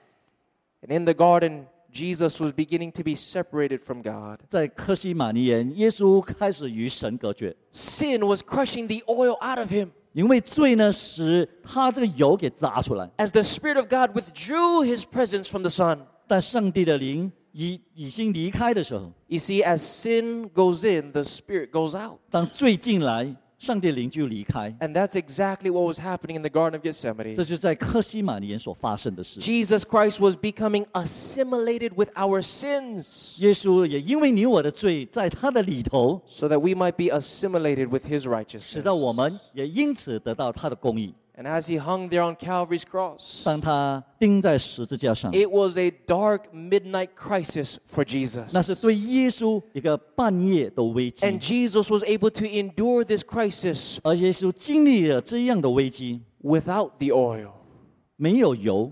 S1: And in the garden, Jesus was beginning to be separated from God.
S2: 在科西玛尼园，耶稣开始与神隔绝，
S1: Sin was crushing the oil out of him.
S2: 因为罪呢使他这个油给炸出来，
S1: As the Spirit of God withdrew his presence from the Son,
S2: 但上帝的灵已已经离开的时候，
S1: you see, as sin goes in, the Spirit goes out.
S2: 当罪进来，上帝灵就离开。
S1: And that's exactly what was happening in the Garden of
S2: 这
S1: Gethsemane.
S2: 就是在科西玛尼园所发生的事。
S1: Jesus Christ was becoming assimilated with our sins
S2: 耶稣也因为你我的罪，在他的里头，
S1: so that we might be assimilated with his
S2: 使到我
S1: righteousness.
S2: 们也因此得到他的公义。
S1: And as he hung there on Calvary's cross,
S2: 当他钉在十字架上，
S1: it was a dark midnight crisis for
S2: 那是
S1: Jesus.
S2: 对耶稣一个半夜的危机，
S1: And Jesus was able to endure this crisis
S2: 而耶稣经历了这样的危机，
S1: without the oil
S2: 没有油，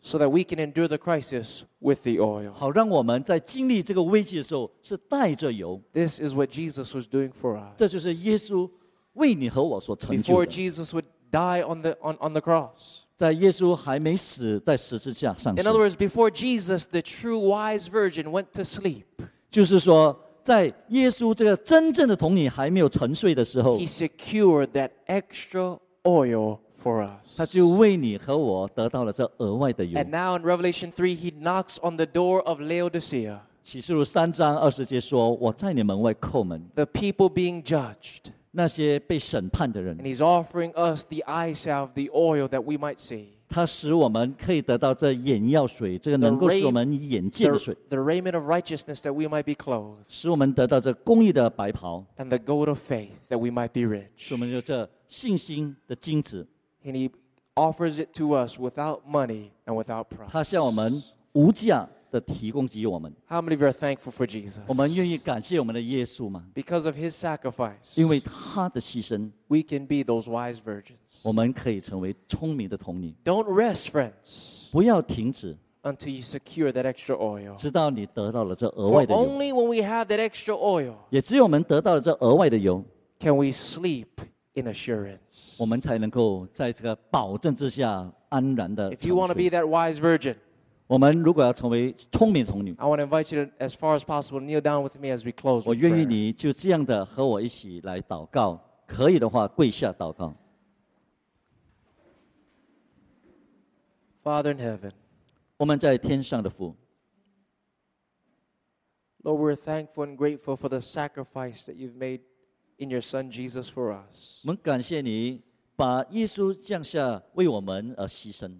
S1: so that we can endure the crisis with the oil.
S2: 好让我们在经历这个危机的时候是带着油。
S1: This is what Jesus was doing for
S2: 这
S1: us.
S2: 就是耶稣为你和我所成就
S1: Before
S2: 的。
S1: Jesus would die on the, on, on the cross.
S2: 在耶稣还没死在十字架上
S1: In
S2: 时
S1: other words, before Jesus, the true wise virgin went to sleep,
S2: 就是说，在耶稣这个真正的童女还没有沉睡的时候
S1: he，secured that extra oil for
S2: 他
S1: us.
S2: 就为你和我得到了这额外的油。
S1: And now in Revelation 3, he knocks on the door of Laodicea,
S2: 启示录三章二十节说：“我在你门外叩门。
S1: the people being judged. ”
S2: 那些被审判的人
S1: And，he's offering us the eye salve, the oil that we might see.
S2: 他使我们可以得到这眼药水，这个
S1: The
S2: 能够
S1: rain-
S2: 使我们眼界的
S1: the,
S2: 水，
S1: the raiment of righteousness that we might be clothed,
S2: 使我们得到这公义的白袍，
S1: and the gold of faith that we might be
S2: 使
S1: rich.
S2: 我们有这信心的金子。
S1: And he offers it to us without money and without
S2: 他向我
S1: price.
S2: 们无价的提供给我们。
S1: How many of you are thankful for Jesus?
S2: 我们愿意感谢我们的耶稣吗？
S1: Because of his sacrifice,
S2: 因为他的牺牲，
S1: we can be those wise virgins.
S2: 我们可以成为聪明的童女。
S1: Don't rest, friends,
S2: 不要停止，
S1: until you secure that extra oil.
S2: 直到你得到了这额
S1: For
S2: 外的油。
S1: only when we have that extra oil
S2: 也只有我们得到了这额外的油，
S1: can we sleep in assurance.
S2: 我们才能够在这个保证之下安然的
S1: If you want to be that wise virgin,
S2: 我们如果要成为聪明童女，
S1: I want to invite you to, as far as possible, kneel down with me as we close.
S2: 我
S1: with
S2: 愿意
S1: prayer.
S2: 你就这样的和我一起来祷告，可以的话跪下祷告。
S1: Father in heaven,
S2: 我们在天上的父，
S1: Lord, we're thankful and grateful for the sacrifice that you've made in your Son Jesus for us.
S2: 我们感谢你把耶稣降下为我们而牺牲。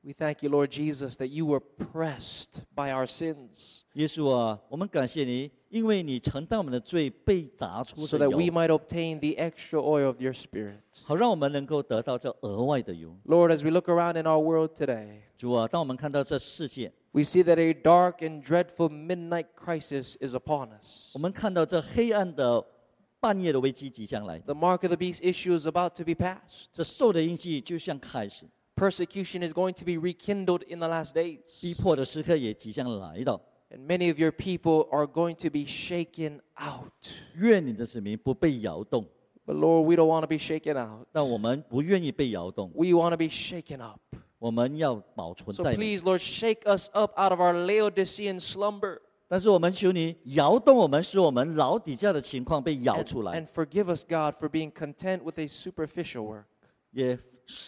S1: We thank you, Lord Jesus, that you were pressed by our sins
S2: 耶稣啊，我们感谢你，因为你承担我们的罪，被砸出
S1: so
S2: 的
S1: that we
S2: 油，
S1: might obtain the extra oil of your Spirit.
S2: 好让我们能够得到这额外的油。
S1: Lord, as we look around in our world today,
S2: 主啊，当我们看到这世界，
S1: we see that a dark and dreadful midnight crisis is upon us.
S2: 我们看到这黑暗的半夜的危机即将来，
S1: The mark of the beast issue is about to be passed.
S2: 这兽的印记就像开始，
S1: Persecution is going to be rekindled in the last
S2: 逼
S1: days.
S2: 迫的时刻也即将来到。
S1: And many of your people are going to be shaken out.
S2: 愿你的子民不被摇动，
S1: But Lord, we don't want to be shaken out.
S2: 但我们不愿意被摇动，
S1: We want to be shaken up.
S2: 我们要保存
S1: So
S2: 在你。
S1: please, Lord, shake us up out of our Laodicean slumber
S2: 但是我们求你摇动我们，使我们老底下的情况被摇
S1: and,
S2: 出来，
S1: and forgive us, God, for being content with a superficial work.
S2: 也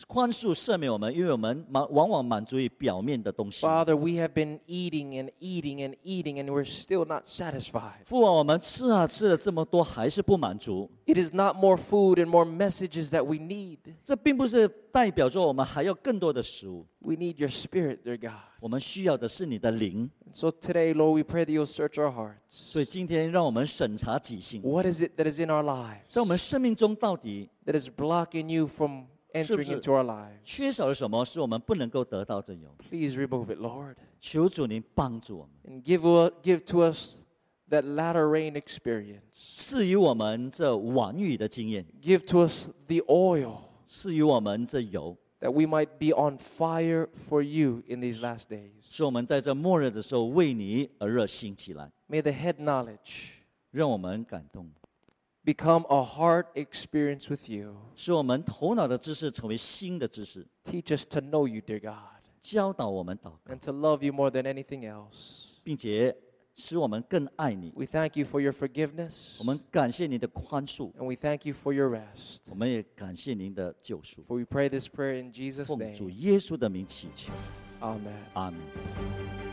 S2: 宽恕赦免我们，因为我们满往往满足于表面的东西。
S1: Father, we have been eating and eating and eating, and we're still not satisfied.
S2: 父王，我们吃啊吃了这么多，还是不满足。
S1: It is not more food and more messages that we need.
S2: 这并不是代表说我们还要更多的食物，
S1: We need your spirit, dear God.
S2: 我们需要的是你的灵。
S1: And so today, Lord, we pray that you'll search our hearts.
S2: 所以今天让我们审查己性，
S1: What is it that is in our lives
S2: 在我们生命中到底
S1: that is blocking you from entering
S2: Sure,
S1: into our lives.
S2: 缺少了什么，是我们不能够得到真油。
S1: Please remove it, Lord,
S2: 求主您帮助我们，
S1: and give, u- give to us that latter rain experience.
S2: 赐予我们这晚雨的经验，
S1: Give to us the oil
S2: 赐予我们这油，
S1: that we might be on fire for you in these last days.
S2: 使我们在这末日的时候为你而热心起来，
S1: May the head knowledge
S2: 让我们感动，
S1: become a heart experience with you.
S2: 使我们头脑的知识成为新的知识，
S1: Teach us to know you, dear God,
S2: 教导我们祷告，
S1: and to love you more than anything else.
S2: 并且使我们更爱你。
S1: We thank you for your forgiveness,
S2: 我们感谢您的宽恕，
S1: and we thank you for your rest.
S2: 我们也感谢您的救赎。
S1: For we pray this prayer in Jesus'
S2: 奉主
S1: name.
S2: 耶稣的名祈求，
S1: Amen.
S2: 阿门。